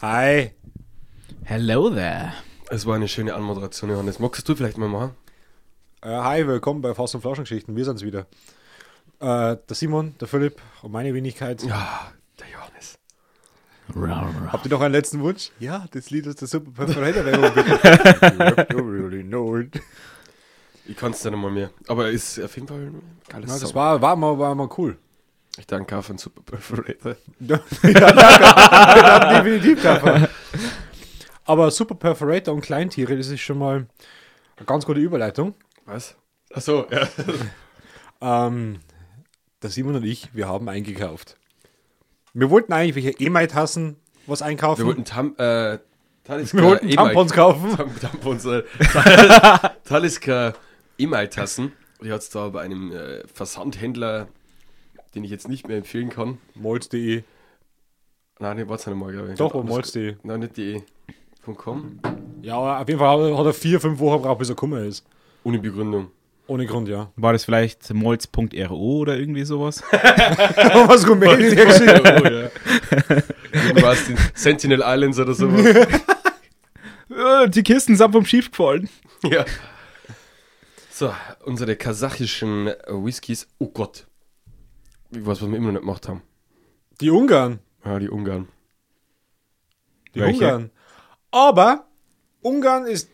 Hi. Hello there. Es war eine schöne Anmoderation, Johannes. Magst du vielleicht mal machen? Äh, hi, willkommen bei Fass und Flaschengeschichten. Wir sind's wieder. Äh, der Simon, der Philipp und meine Wenigkeit. Ja, der Johannes. Rah, rah. Habt ihr noch einen letzten Wunsch? Ja, das Lied ist der super Perforator-Werbung. Ich kann es dann mal mehr. Aber ist auf jeden Fall ein geiles ja, das Song. war, war, mal, war mal cool. Ich danke auch für den Super Perforator. ja, danke. Definitiv davon. Aber Super Perforator und Kleintiere, das ist schon mal eine ganz gute Überleitung. Was? Achso, ja. Ähm, der Simon und ich, wir haben eingekauft. Wir wollten eigentlich welche E-Mail-Tassen was einkaufen. Wir wollten Tam, äh, Talisker Wir wollten E-Mike- Tampons kaufen. Tam, Tampons, äh, Talisker E-Mail-Tassen. Die hat es da bei einem äh, Versandhändler, den ich jetzt nicht mehr empfehlen kann. Molz.de. Nein, die war es nicht mal, glaube ich. Doch, Anders- Molz.de. Nein, nicht die. Von Com? Ja, aber auf jeden Fall hat er vier, fünf Wochen gebraucht, bis er gekommen ist. Ohne Begründung. Ohne Grund, ja. War das vielleicht molz.ro oder irgendwie sowas? was Rumänisch geschrieben. Oh, ja. Irgendwas in Sentinel Islands oder so. Äh, Die Kisten sind vom Schiff gefallen. ja. So, unsere kasachischen Whiskys. Oh Gott. Ich weiß, was wir immer noch nicht gemacht haben. Die Ungarn. Ja, die Ungarn. Die Welche? Ungarn. Aber Ungarn ist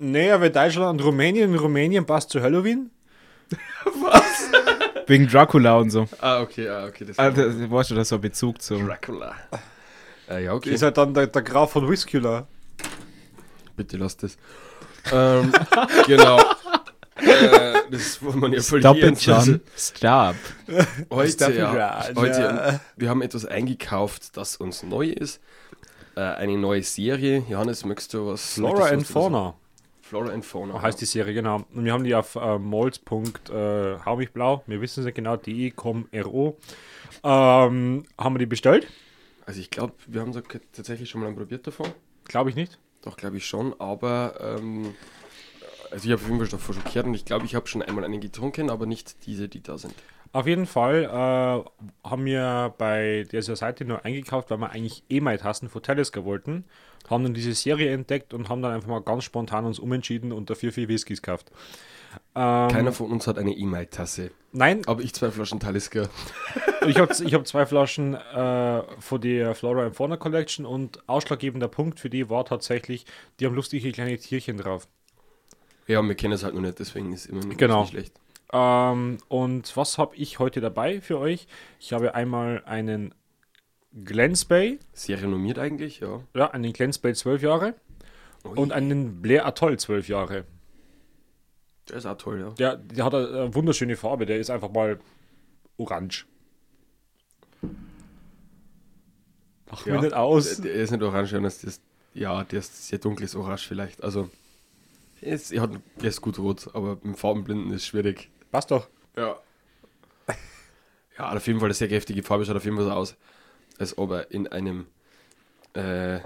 näher wie Deutschland und Rumänien. Rumänien passt zu Halloween. Wegen Dracula und so. Ah, okay, ah, okay. Das Also, das- weißt du, das war Bezug zum. Dracula. Äh, ja, okay. Ist halt dann der, der Graf von Whiskula. Bitte lass das. ähm, genau. äh, das wollen man ja Stop verlieren. it, John. Stop. Heute, Stop it, ja. John. Heute, ähm, Ja. Wir haben etwas eingekauft, das uns neu ist. Äh, eine neue Serie. Johannes, möchtest du was? Flora möchtest du and was dazu sagen? Fauna Flora and Fauna. heißt die Serie, genau. Und wir haben die auf äh, molz.haumichblau, wir wissen es nicht genau, de.com.ro, ähm, haben wir die bestellt? Also ich glaube, wir haben da k- tatsächlich schon mal einen probiert davon. Glaube ich nicht. Doch, glaube ich schon. Aber ähm, also ich habe auf jeden Fall davon schon gehört und ich glaube, ich habe schon einmal einen getrunken, aber nicht diese, die da sind. Auf jeden Fall äh, haben wir bei dieser Seite nur eingekauft, weil wir eigentlich eh mal Tassen von Talisker wollten. Haben dann diese Serie entdeckt und haben dann einfach mal ganz spontan uns umentschieden und dafür vier Whiskys gekauft. Ähm, Keiner von uns hat eine E-Mail-Tasse. Nein, Aber ich zwei Flaschen Talisker. ich habe ich hab zwei Flaschen äh, von der Flora and Fauna Collection und ausschlaggebender Punkt für die war tatsächlich, die haben lustige kleine Tierchen drauf. Ja, wir kennen es halt noch nicht, deswegen ist immer noch Genau. nicht schlecht. Ähm, und was habe ich heute dabei für euch? Ich habe einmal einen Glens Bay, Sehr renommiert eigentlich, ja. ja, einen Glens Bay 12 Jahre Ui, und einen Blair Atoll 12 Jahre. der ist auch toll, ja. Der, der hat eine, äh, wunderschöne Farbe, der ist einfach mal orange. Mach Ja. Äh, mir nicht aus. Der, der ist nicht orange, sondern der ist, ja, der ist sehr dunkles Orange vielleicht. Also, der ist, er hat, der ist gut rot, aber im Farbenblinden ist schwierig. Passt doch. Ja. Ja, auf jeden Fall eine sehr kräftige Farbe, schaut auf jeden Fall so aus, als ob er in einem, äh,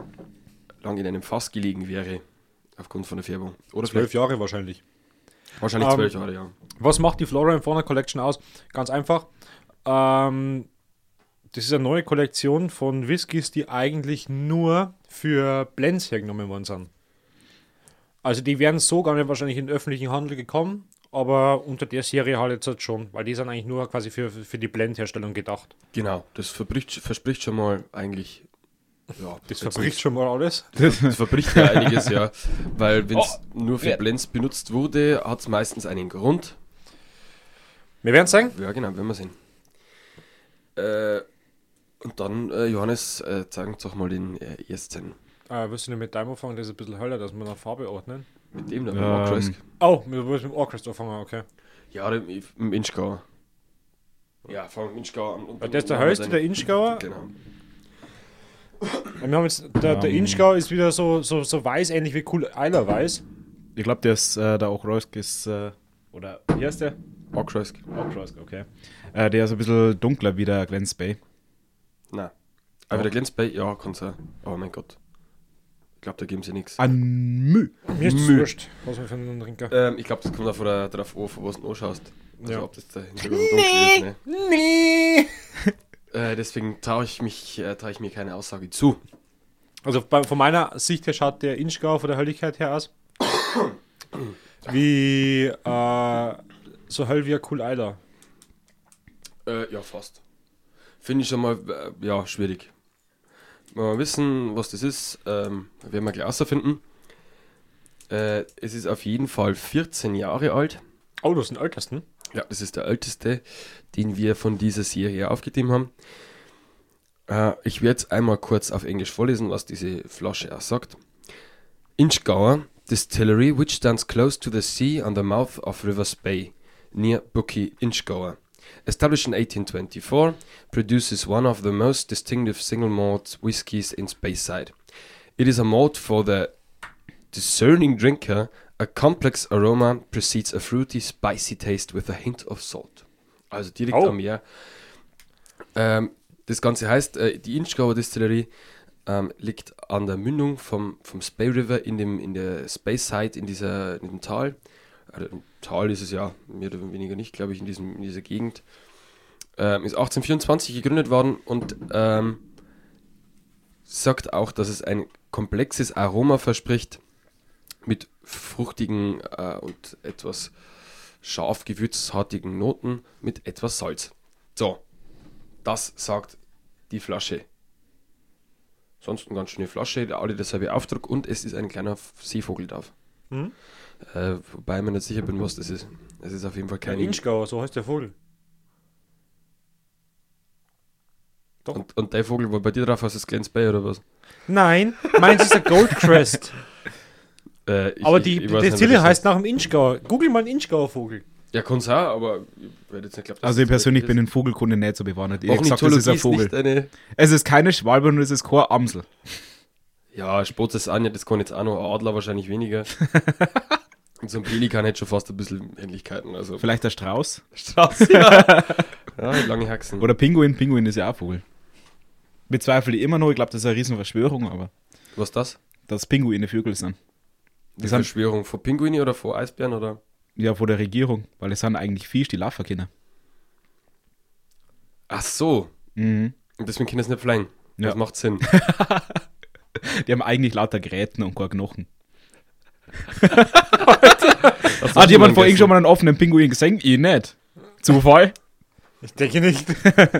lang in einem Fass gelegen wäre, aufgrund von der Färbung. Oder Zwölf Jahre wahrscheinlich. vielleicht, wahrscheinlich Ähm, zwölf Jahre, ja. Was macht die Flora and Fauna Collection aus? Ganz einfach. Ähm, das ist eine neue Kollektion von Whiskys, die eigentlich nur für Blends hergenommen worden sind. Also die wären so gar nicht wahrscheinlich in den öffentlichen Handel gekommen, aber unter der Serie halt jetzt halt schon, weil die sind eigentlich nur quasi für, für die Blendherstellung gedacht. Genau, das verbricht, verspricht schon mal eigentlich, ja. Das jetzt verbricht schon mal alles. Das verbricht ja einiges, ja. Weil wenn es nur für ja. Blends benutzt wurde, hat es meistens einen Grund. Wir werden sagen, Ja, genau, werden wir sehen. Äh, und dann, äh, Johannes, äh, zeig uns doch mal den äh, ersten. äh, wirst du nicht mit deinem anfangen, das ist ein bisschen höller, dass wir nach Farbe ordnen. Mit dem da, Ähm. ähm, Crask. Oh, wir müssen mit dem Orchestra anfangen, okay. Ja, im, im Inchgau. Ja, fang mit Inchgau an. Und Das ist der höchste, der Inchgauer, Genau. Und Wir haben jetzt, der, der Ähm. Inchgau ist wieder so, so, so weiß, ähnlich wie Cool Eiler weiß. Ich glaube, der ist äh, der Ochroisk ist. Äh, oder wie heißt der? Orkresk. Ochroisk, okay. Äh, der ist ein bisschen dunkler wie der Glens Bay. Nein. Aber der glänzt bei, ja, kann sein. Oh mein Gott. Ich glaube, da geben sie nichts. Ah, An Mü. Mir ist das Mö. wurscht, was wir für einen Trinker. Ähm, ich glaube, das kommt auch von der, darauf an, von was du anschaust. Also, Ja. ob das der Hintergrund dunkel ist, ne? Nee! Äh, deswegen traue ich, mich, äh, trau ich mir keine Aussage zu. Also bei, von meiner Sicht her schaut der Inchgau von der Hölligkeit her aus. wie äh, so hell wie ein Cool Eiler. Äh, ja, fast. Finde ich schon mal, äh, ja, schwierig. Wenn wir wissen, was das ist, ähm, werden wir gleich herausfinden. Äh, es ist auf jeden Fall 14 Jahre alt. Oh, das ist den ältesten. Ja, das ist der älteste, den wir von dieser Serie aufgetrieben haben. Äh, ich werde jetzt einmal kurz auf Englisch vorlesen, was diese Flasche auch sagt. Inchgower Distillery, which stands close to the sea on the mouth of Rivers Bay, near Bucky Inchgower. Established in 1824, produces one of the most distinctive single malt whiskies in Speyside. It is a malt for the discerning drinker, a complex aroma precedes a fruity, spicy taste with a hint of salt. Ah, Also direkt Oh. am Meer. Ähm, das Ganze heißt, äh, die Inchgower Distillerie ähm, liegt an der Mündung vom, vom Spey River in, dem, in der Speyside, in, dieser, in dem Tal. Oder im Tal ist es ja, mehr oder weniger nicht, glaube ich, in, diesem, in dieser Gegend. Ähm, ist 1824 gegründet worden und ähm, sagt auch, dass es ein komplexes Aroma verspricht mit fruchtigen äh, und etwas scharf gewürzhartigen Noten mit etwas Salz. So, das sagt die Flasche. Sonst eine ganz schöne Flasche, alle derselbe Aufdruck und es ist ein kleiner Seevogel drauf. Mhm. Äh, wobei ich mir nicht sicher bin, was das ist. Es ist auf jeden Fall Kein kein Inchgau, so heißt der Vogel. Und, und der Vogel, wo bei dir drauf hast, ist Glens Bay oder was? Nein, meins ist der Goldcrest. Äh, ich- aber ich- die ich weiß nicht, Destille was das heißt nach dem Inchgau. Google mal einen Inchgauer Vogel. ist. Ja, kann's auch, aber ich werde jetzt nicht glauben, dass Also ich das persönlich bin wirklich in Vogelkunde nicht so bewandert. ist. Ich hab gesagt, es ist ein Ornithologie Vogel. Ist nicht eine Es ist keine Schwalbe und es ist kein Amsel. Ja, Sport ist auch nicht, das kann jetzt auch noch ein Adler wahrscheinlich weniger. Und so ein Pelikan hätte schon fast ein bisschen Ähnlichkeiten. Also Vielleicht der Strauß Strauß, ja. ja, mit lange Haxen. oder Pinguin. Pinguin ist ja auch ein Vogel. Bezweifle ich immer noch. Ich glaube, das ist eine riesen Verschwörung, aber Was ist das? dass Pinguine Vögel sind. Die Das sind- Verschwörung vor Pinguini oder vor Eisbären oder? Ja, vor der Regierung, weil es sind eigentlich Fisch, die laufen können. Ach so. Mhm. Und deswegen können es nicht fliegen. Ja. Ah, Das macht Sinn. Die haben eigentlich lauter Gräten und keine Knochen. Das Hat jemand vorhin schon man vergessen. mal einen offenen Pinguin gesehen? Ich nicht. Zufall? Ich denke nicht.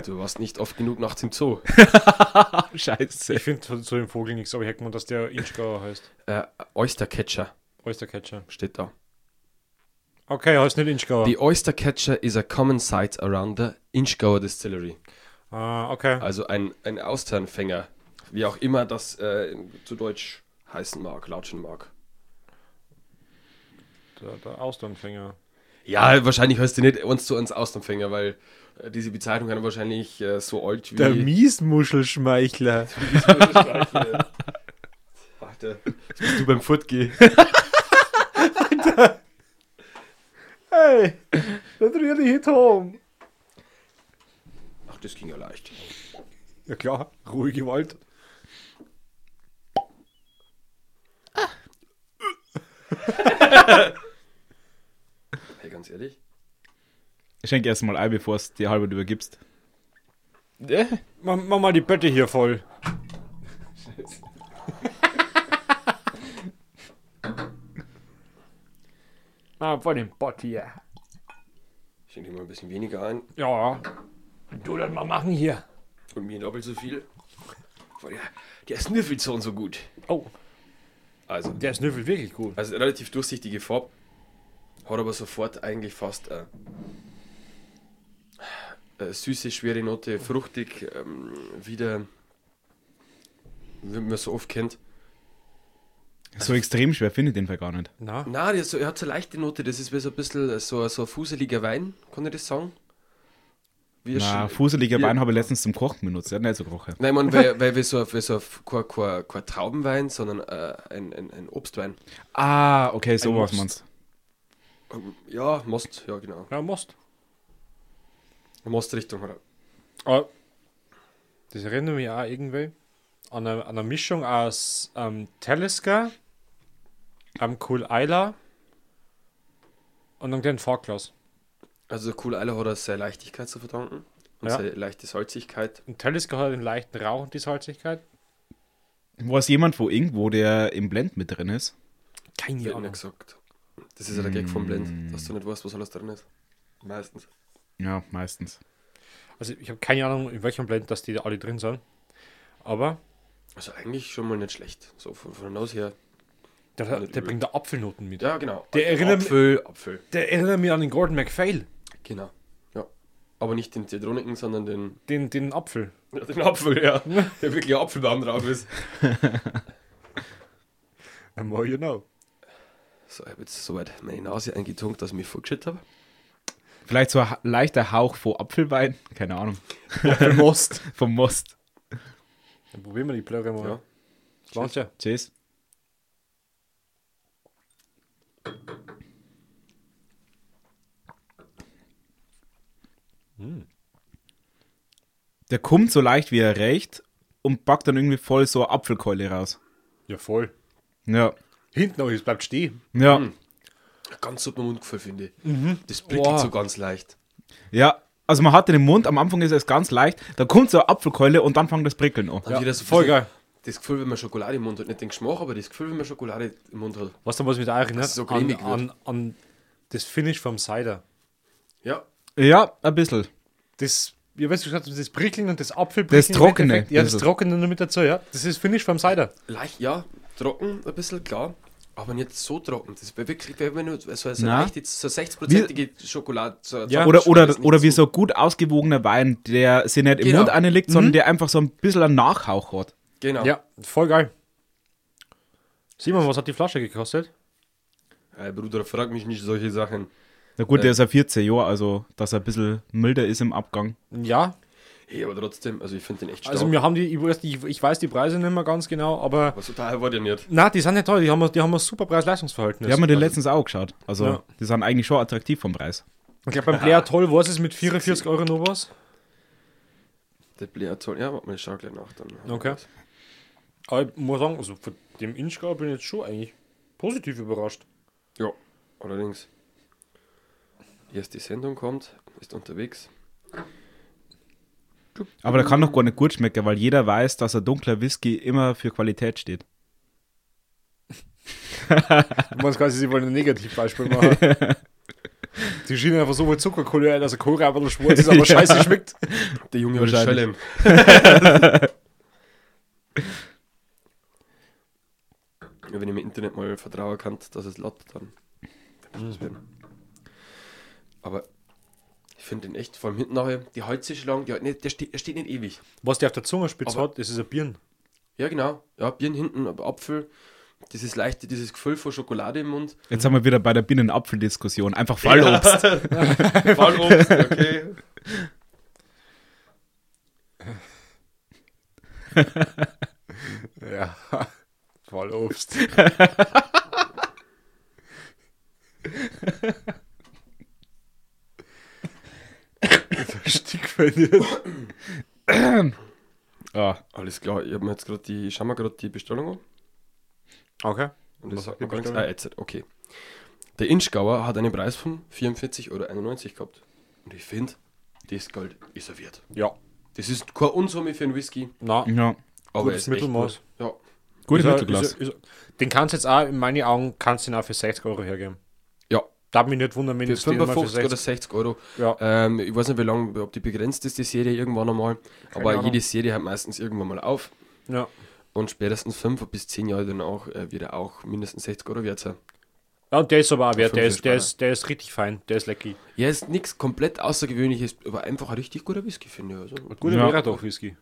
Du warst nicht oft genug nachts im Zoo. Scheiße. Ich finde zu, zu dem Vogel nichts, aber ich hätte gemeint, dass der Inchgauer heißt. Äh, Oystercatcher Oystercatcher. steht da. Okay, heißt nicht Inchgauer. The Oystercatcher is a common sight around the Inchgower Distillery. Ah, okay. Also ein, ein Austernfänger. Wie auch immer das äh, zu Deutsch heißen mag, lautschen mag. Der, der Austernfänger. Ja, wahrscheinlich heißt die nicht uns zu uns Austernfänger, weil äh, diese Bezeichnung kann wahrscheinlich äh, so alt wie. Miesmuschelschmeichler. Warte, jetzt bist du beim Footgeh. Hey, der dreht dich hit home. Ach, das ging ja leicht. Ja klar, ruhige Gewalt. Hey, ganz ehrlich. Schenk erst mal ein, bevor es dir halber übergibst. Mach, mach mal die Bette hier voll. Ah, vor dem Bot hier. Ich schenke dir mal ein bisschen weniger ein Ja. Du dann mal machen hier. und mir doppelt so viel. Boah, Der, der schnüffelt so und so gut. Oh, Also, der schnüffelt wirklich gut. also relativ durchsichtige Farbe. Hat aber sofort eigentlich fast äh, äh, süße, schwere Note, fruchtig, ähm, wieder, wie man so oft kennt. So extrem schwer finde ich den Fall gar nicht. Na? Na, der, so, er hat so eine leichte Note, das ist wie so ein bisschen so, so ein fuseliger Wein, kann ich das sagen? Wie ein Na, Sch- fuseliger Ja. Wein habe ich letztens zum Kochen benutzt. Der hat nicht so gerochen. Nein, man, weil, weil wir so, weil so kein, kein, kein Traubenwein, sondern äh, ein, ein, ein Obstwein. Ah, okay, Ein sowas Most. meinst Ähm, Ja, Most, ja genau. Ja, musst. Mostrichtung hat er. Aber Ah, das erinnert mich auch irgendwie an eine, an eine Mischung aus ähm, Talisker, einem Cool Eiler und einem kleinen Farklaus. Also Cool Eiler hat er seine Leichtigkeit zu verdanken und Ja. seine leichte Salzigkeit. Ein Talisker hat den leichten Rauch und die Salzigkeit. Weiß jemand wo irgendwo, der im Blend mit drin ist? Keine Wird nicht gesagt. Das ist ja der Gag vom Blend, dass du nicht weißt, was alles drin ist. Meistens. Ja, meistens. Also ich habe keine Ahnung, in welchem Blend, dass die da alle drin sind. Aber Also eigentlich schon mal nicht schlecht. So von, von der Nase her. der, Nicht der übel. bringt da Apfelnoten mit. Ja, genau. Der erinnert mich- Apfel, Apfel. Der erinnert mich an den Gordon MacPhail, Genau. Ja. Aber nicht den Zitroniken, sondern den, den, den Apfel. ja, den Apfel, ja. Der wirklich ein Apfelbaum drauf ist. And more you know. So, ich habe jetzt soweit meine Nase eingetunkt, dass ich mich vollgeschüttet habe. Vielleicht so ein ha- leichter Hauch von Apfelwein, keine Ahnung, Most. vom Most. Dann probieren wir die Plörre mal. Ja. Schwanz ja. Cheers. Der kommt so leicht wie er reicht und packt dann irgendwie voll so eine Apfelkeule raus. ja, voll. Ja, Hinten, aber es bleibt stehen. ja, Ganz super Mundgefühl, finde ich. Mhm. Das prickelt Boah. so ganz leicht. ja. Also man hat den im Mund, am Anfang ist es ganz leicht, dann kommt so eine Apfelkeule und dann fängt das Prickeln an. Dann wieder so ein voll bisschen geil. Das Gefühl, wenn man Schokolade im Mund hat. Nicht den Geschmack, aber das Gefühl, wenn man Schokolade im Mund hat. Was dann was mit euch erinnert? Dass es so an, cremig an, an das Finish vom Cider. Ja. Ja, ein bisschen. Das, ihr wisst, gesagt, das Prickeln und das Apfel. Das Trockene, Ja, das das ist es. Trockene noch mit dazu, ja. Das ist Finish vom Cider. Leicht, ja. Trocken ein bisschen, klar. Aber nicht so trocken. Das wäre wirklich, wenn man nur so, so, Na. leicht, so 60-prozentige Schokolade. So, Ja. Oder, Schokolade oder, ist nicht oder wie so. so gut ausgewogener Wein, der sich nicht im Genau. Mund anlegt, sondern der einfach so ein bisschen einen Nachhauch hat. Genau. Ja, voll geil. Simon, was hat die Flasche gekostet? Ey, Äh, Bruder, frag mich nicht solche Sachen. Na gut, Ja. der ist ja 14 Jahre, also dass er ein bisschen milder ist im Abgang. Ja, Hey, aber trotzdem, also ich finde den echt stark. also wir haben die, ich weiß, ich, ich weiß die Preise nicht mehr ganz genau, aber. aber so teuer war der nicht. Na, die sind nicht teuer, die haben, die haben ein super Preis-Leistungsverhältnis. Wir haben mir den letztens auch geschaut. Also Ja. die sind eigentlich schon attraktiv vom Preis. ich glaube, beim Player Toll war es mit 44 Euro noch was. Der Blair toll. Ja, warte mal, ich schau gleich nach. Dann Okay. Aber ich muss sagen, also von dem Inchgau bin ich jetzt schon eigentlich positiv überrascht. Ja, allerdings. Erst die Sendung kommt, ist unterwegs. Aber der kann doch gar nicht gut schmecken, weil jeder weiß, dass ein dunkler Whisky immer für Qualität steht. Du meinst quasi, sie wollen ein Negativbeispiel machen. Die schienen einfach so wohl Zuckerkohle ein, dass der Kohle einfach nur schwarz ist, aber Ja. scheiße schmeckt. Der Junge hat Schellem. ja, wenn ich mir Internet mal vertrauen kann, dass es laut, dann dann muss es werden. Aber ich finde den echt, vor allem hinten nachher, die Holz ist lang, die, halt nicht- der, steht, der steht nicht ewig. Was der auf der Zungenspitze Aber- hat, das ist ein Birn. Ja, genau. Ja, Birnen hinten, aber Apfel. Dieses leichte, dieses Gefühl von Schokolade im Mund. Jetzt sind wir wieder bei der Binnenapfeldiskussion. Einfach Fallobst. Fallobst, okay. Ja, voll Obst. Stick verliert. Ja. Alles klar, ich habe mir jetzt gerade die, ich schau mir gerade die Bestellung an. Okay. Und das Was sagt sagt man die gar nichts. Ah, Bestellung? jetzt, okay. Der Inchgauer hat einen Preis von 44,91 Euro gehabt. Und ich finde, das Geld ist er wert. Ja. Das ist keine Unsumme für einen Whisky, Na, ja. aber Gutes es ist echt Mittelmaß. gut. Ja, Gute Ist er- Mittelklasse. ist er- ist er- Den kannst du jetzt auch, in meinen Augen, kannst du ihn auch für 60 Euro hergeben. ja. Darf mich nicht wundern, wenn Für ich den mal für 55 oder 60 60 Euro. Ja. Ähm, ich weiß nicht, wie lange, ob die begrenzt ist, die Serie irgendwann einmal. Keine aber Ahnung. jede Serie hört meistens irgendwann mal auf. Ja. Und spätestens 5 bis 10 Jahre danach äh, wird er auch mindestens 60 Euro wert sein. ja, und der ist aber auch wert. Fünf Der ist ist, der, Spanner. ist, der ist richtig fein. Der ist lecky. Ja, ist nichts komplett Außergewöhnliches, aber einfach ein richtig guter Whisky, finde ich. Also, Guter Ja. ja. doch Whisky.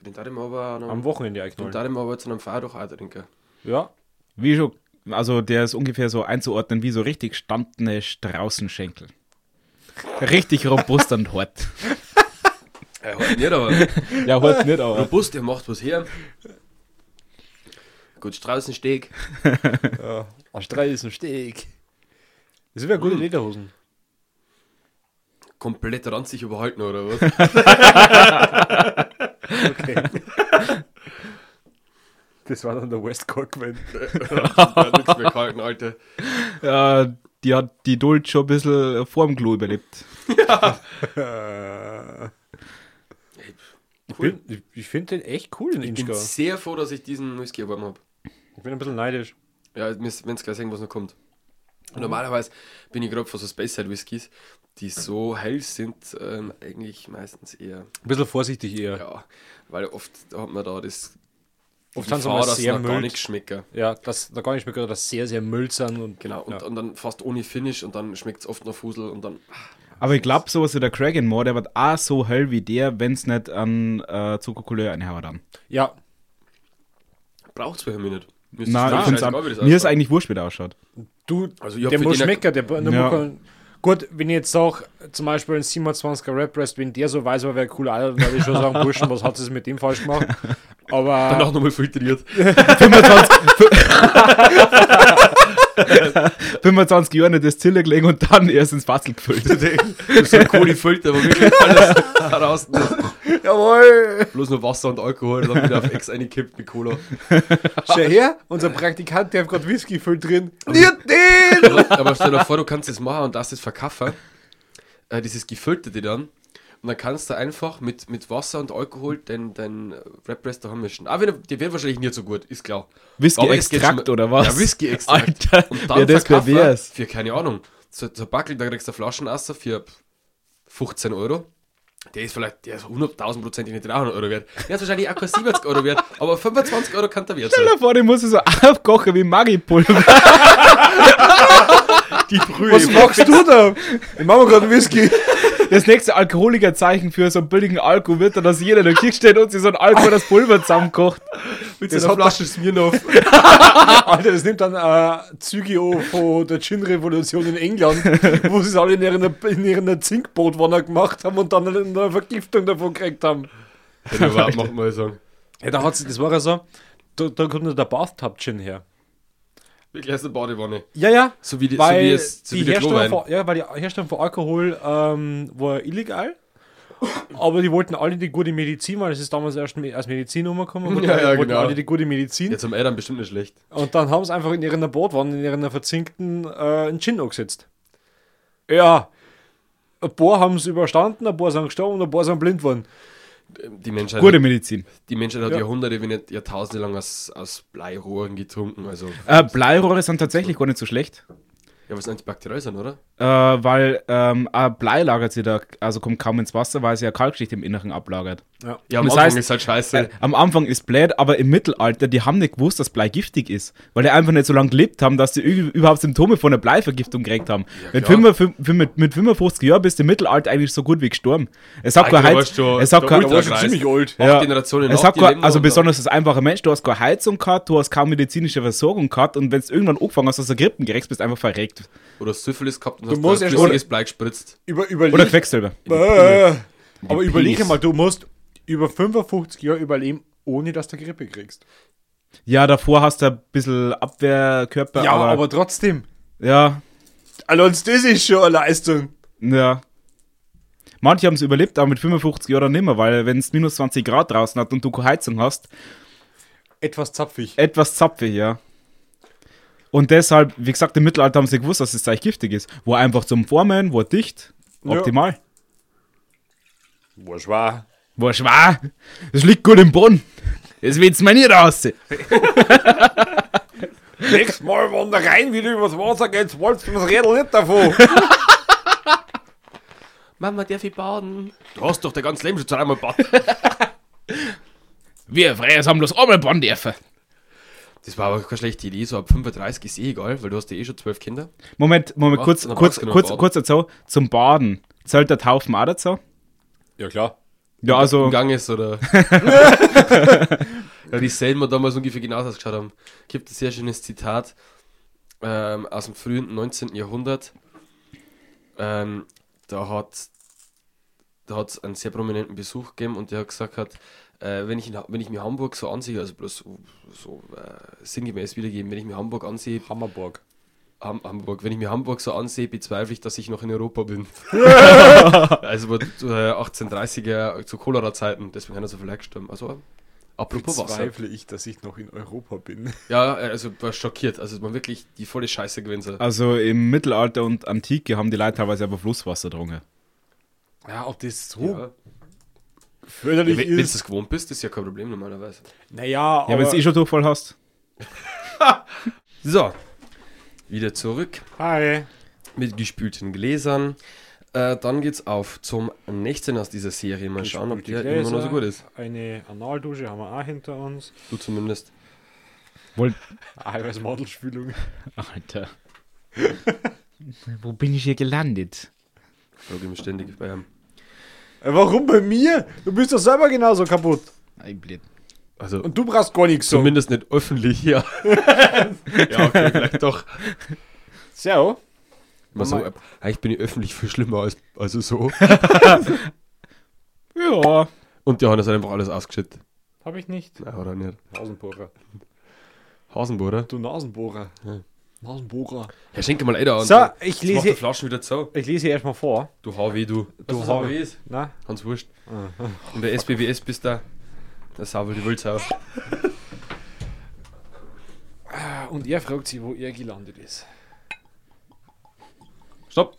den darf ich mir aber, Am noch- Wochenende den eigentlich. darf ich mir aber jetzt an einem Feiertag auch trinken. Ja. Wie schon, also der ist ungefähr so einzuordnen wie so richtig standene Straußenschenkel. Richtig robust und hart. Er hat halt nicht, aber Ja, hart nicht, aber. robust, er macht was her. Gut, Straußensteg. ja. Ah, Ein Streisensteg. Das sind ja Hm. gute Lederhosen. Komplett ranzig überhalten, oder was? Okay. das war dann der West Corkman. Ja, halt nichts mehr gehalten, Alter. Ja, die hat die Duld schon ein bisschen vorm Klo überlebt. Äh, Ey, pff, Cool. Ich, bin- ich- ich finde den echt cool, den Ich bin Inchgar. sehr froh, dass ich diesen Whisky erworben habe. Ich bin ein bisschen neidisch. Ja, wenn es gleich sehen, was noch kommt. Und normalerweise bin ich gerade von so Space Side Whiskys, die so hell sind, ähm, eigentlich meistens eher. Ein bisschen vorsichtig eher. Ja, weil oft hat man da das. Oft die sind sie Gefahr, mal dass sie sehr noch gar müllt. nichts schmecken. Ja, das, da kann ich mir gerade das sehr, sehr mülzern und Genau, und, Ja. und dann fast ohne Finish und dann schmeckt es oft noch Fusel und dann. Aber ich glaube, sowas wie der Kragenmore, der wird auch so hell wie der, wenn es nicht an äh, Zuckercouleur einhauen dann. ja, Braucht es bei mir nicht. Mir ist Nein, das ich find's scheißegal, an, wie das mir ist ausschaut. eigentlich wurscht, wie der ausschaut. du, Also ich hab der für muss den- schmecken, der, der Ja. muss kann, Gut, wenn ich jetzt sage, zum Beispiel ein 27er Rap Rest, wenn der so weiß, war, wäre cool, Alter, dann würde ich schon sagen, Burschen, was hat es mit dem falsch gemacht? Dann Aber auch nochmal filtriert. 25 Jahre in das Zille gelegen und dann erst ins Fassel gefüllt. so cool gefiltert, aber wirklich alles heraus. jawohl, Bloß nur Wasser und Alkohol und dann wieder auf Ex eingekippt mit Cola. schau her, unser Praktikant, der hat gerade Whisky filtrieren. Also Nicht den! Aber, aber stell dir vor, du kannst das machen und darfst das verkaufen. Äh, dieses Gefilterte dann. Und dann kannst du einfach mit, mit Wasser und Alkohol den, den Rap-Rester mischen. Aber die werden wahrscheinlich nicht so gut, ist klar. Aber es geht Whisky-Extrakt schon- oder was? Ja, Whisky-Extrakt. Alter, Und wär das verkaufen pervers. Für, keine Ahnung, so, so Backel, da kriegst du Flaschenasser für 15 Euro. Der ist vielleicht, der ist 100.000%ig nicht 300 Euro wert. Der ist wahrscheinlich auch kein 70 Euro wert, aber 25 Euro kann der wert sein. Stell dir vor, den musst du so aufkochen wie Magipulver. Die Brühe. Was machst du da? Ich mache mir gerade Whisky. Das nächste Alkoholikerzeichen für so einen billigen Alkohol wird dann, dass jeder in der Kirche steht und sich so ein Alkohol das Pulver zusammenkocht. mit das so einer hat- Flasche Smirnoff. Alter, das nimmt dann äh, Züge an von der Gin-Revolution in England, wo sie es alle in ihren, in ihren Zinkbootwanne gemacht haben und dann eine Vergiftung davon gekriegt haben. Ja, aber mach mal sagen. Ja, da hat's, das war ja so, da, da kommt nur der Bathtub-Gin her. Wirklich erste Badewanne. Ja, ja, So wie, die, so wie weil, es, so die wie der Herstellung Klowein. von, ja, weil die Herstellung von Alkohol ähm, war illegal, aber die wollten alle die gute Medizin, weil es ist damals erst me- als Medizin umgekommen, und Ja, ja, wollten genau. alle die gute Medizin. Ja, zum Eltern bestimmt nicht schlecht. Und dann haben sie einfach in ihren Bordwanne, in ihren verzinkten, äh, einen Gin angesetzt. Ja. Ein paar haben es überstanden, ein paar sind gestorben und ein paar sind blind geworden. Die Menschheit, Gute Medizin. die Menschheit hat Ja. Jahrhunderte, wenn nicht Jahrtausende lang aus, aus Bleirohren getrunken. Also, ja, Äh, Bleirohre sind tatsächlich gar nicht so schlecht, weil es antibakteriell sind, oder? äh, weil ähm, ein Blei lagert sich da, also kommt kaum ins Wasser, weil es ja Kalkschicht im Inneren ablagert. Ja, am Das Anfang heißt- ist halt scheiße. Äh, am Anfang ist blöd, aber im Mittelalter, die haben nicht gewusst, dass Blei giftig ist, weil die einfach nicht so lange gelebt haben, dass die ü- überhaupt Symptome von einer Bleivergiftung gekriegt haben. mit, klar. 55, mit, mit 55 Jahren bist du im Mittelalter eigentlich so gut wie gestorben. Es hat Alter, keine da warst du- Heizung. Es hat da keine warst du Heizung. schon ziemlich alt. Acht Generationen es nach hat dir keine, leben also noch, besonders das einfache Mensch, du hast keine Heizung gehabt, du hast keine medizinische Versorgung gehabt und wenn du irgendwann angefangen hast, dass du Grippen gerätst, bist du einfach verreckt. Oder Syphilis gehabt und Du hast musst da erst- flüssiges Blei gespritzt. Über, überleg, Oder Quecksilber. äh, aber Penis. überlege mal, du musst über 55 Jahre überleben, ohne dass du Grippe kriegst. Ja, davor hast du ein bisschen Abwehrkörper, Ja, aber, aber, trotzdem. ja, Allein das ist schon eine Leistung. Ja. Manche haben es überlebt, aber mit 55 Jahren nicht mehr, weil wenn es minus 20 Grad draußen hat und du keine Heizung hast, Etwas zapfig. etwas zapfig, ja. Und deshalb, wie gesagt, im Mittelalter haben sie gewusst, dass das Zeug giftig ist. Wo einfach zum Formen, wo dicht, Ja. optimal. War schwer. Wo schwer, das liegt gut im Boden. Das wird's mir nicht raus. Nächstes Mal, wenn du rein wieder übers Wasser gehst, wolltest du das Rädel nicht davon. Mama, darf ich baden? Du hast doch dein ganzes Leben schon zweimal baden. Wir Freiers haben bloß einmal Bonn dürfen. Das war aber keine schlechte Idee. So ab 35 ist eh egal, weil du hast ja eh schon zwölf Kinder. Moment, Moment, kurz, dann kurz, brauchst du noch kurz, Baden. kurz dazu. Zum Baden. Zählt der Taufen auch dazu? Ja, klar. Ja, Im also, Gang ist, oder? ja, die sehen wir damals ungefähr genauso ausgeschaut haben. Gibt ein sehr schönes Zitat ähm, aus dem frühen 19. Jahrhundert. Ähm, da hat da hat es einen sehr prominenten Besuch gegeben und der hat gesagt hat, äh, wenn, ich in, Ha- wenn ich mir Hamburg so ansehe, also bloß so, so äh, sinngemäß wiedergeben, wenn ich mir Hamburg ansehe, Hammerburg. Ham Hamburg. Wenn ich mir Hamburg so ansehe, bezweifle ich, dass ich noch in Europa bin. also war, äh, 1830er zu Cholera-Zeiten, deswegen hat er so viel gestorben. Also, äh, apropos Wasser. Zweifle ich, dass ich noch in Europa bin. Ja, äh, also war schockiert. Also, es war wirklich die volle Scheiße gewesen. So. also im Mittelalter und Antike haben die Leute teilweise aber Flusswasser getrunken. Ja, ob das so Ja. förderlich Wenn du ist. es gewohnt bist, ist ja kein Problem normalerweise. Naja, Ja, aber, wenn du eh schon Durchfall hast. So, wieder zurück Hi. mit gespülten Gläsern. Äh, dann geht's auf zum nächsten aus dieser Serie. Mal schauen, ob der Gespülte immer noch Gläser, so gut ist. Eine Analdusche haben wir auch hinter uns. Du zumindest. Woll Eiweiß Mandelspülung. Alter. Wo bin ich hier gelandet? Frage ich mich ständig ähm, bei einem. Äh, Warum bei mir? Du bist doch selber genauso kaputt. Ein Blöd. Also Und du brauchst gar nichts so. zumindest nicht öffentlich, ja. ja, okay, vielleicht doch. Servus. Mal so, äh, eigentlich bin ich öffentlich viel schlimmer als also so. Ja. Und Johannes hat einfach alles ausgeschüttet. Hab ich nicht. Nein, oder nicht? Nasenbohrer. Hasenbohrer. Du Nasenbohrer. äh, Ja. Nasenbohrer. Ja, schenke mal Eider an. So, ich Jetzt mach die lese, Flaschen wieder zu. ich lese erstmal vor. ne? Du hau weh, du. Du Was hau das weh. ist. Na? Hans Wurscht. Ah. In der SBWS bist du der Sauber, die Wulz auf. Ah, Und er fragt sie, wo er gelandet ist. Stopp!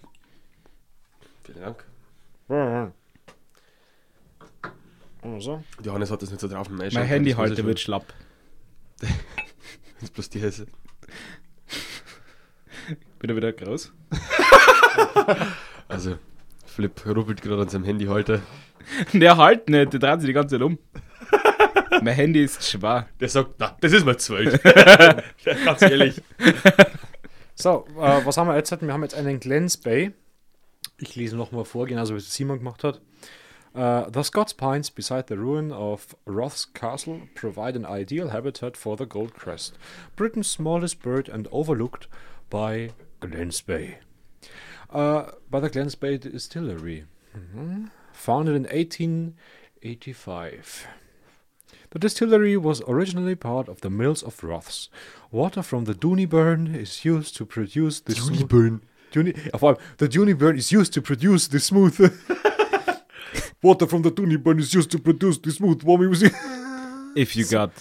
Vielen Dank. Oder so. Johannes hat das nicht so drauf. Nein, Mein schon, Handy das muss ich heute schon. wird schlapp. Das ist bloß die Hesse. Wieder wieder groß. Also, Flip rubbelt gerade an seinem Handy heute. Der halt nicht, der dreht sich die ganze Zeit um. mein Handy ist schwer. Der sagt, na, das ist mal zwölf. Ganz ehrlich. So, äh, was haben wir jetzt? Wir haben jetzt einen Glens Bay. Ich lese nochmal vor, genauso wie es Simon gemacht hat. Äh, the Scots Pines beside the ruin of Roth's Castle provide an ideal habitat for the gold crest, Britain's smallest bird and overlooked by Glens Bay. Uh, by the Glens Bay Distillery, mhm. founded in 1885. The distillery was originally part of the Mills of Roths. Water from the Dooneyburn is used to produce the smooth- Dooney- ja, vor allem, the Dooneyburn is used to produce the smooth. Water from the Dooneyburn is used to produce the smooth warming, If you got.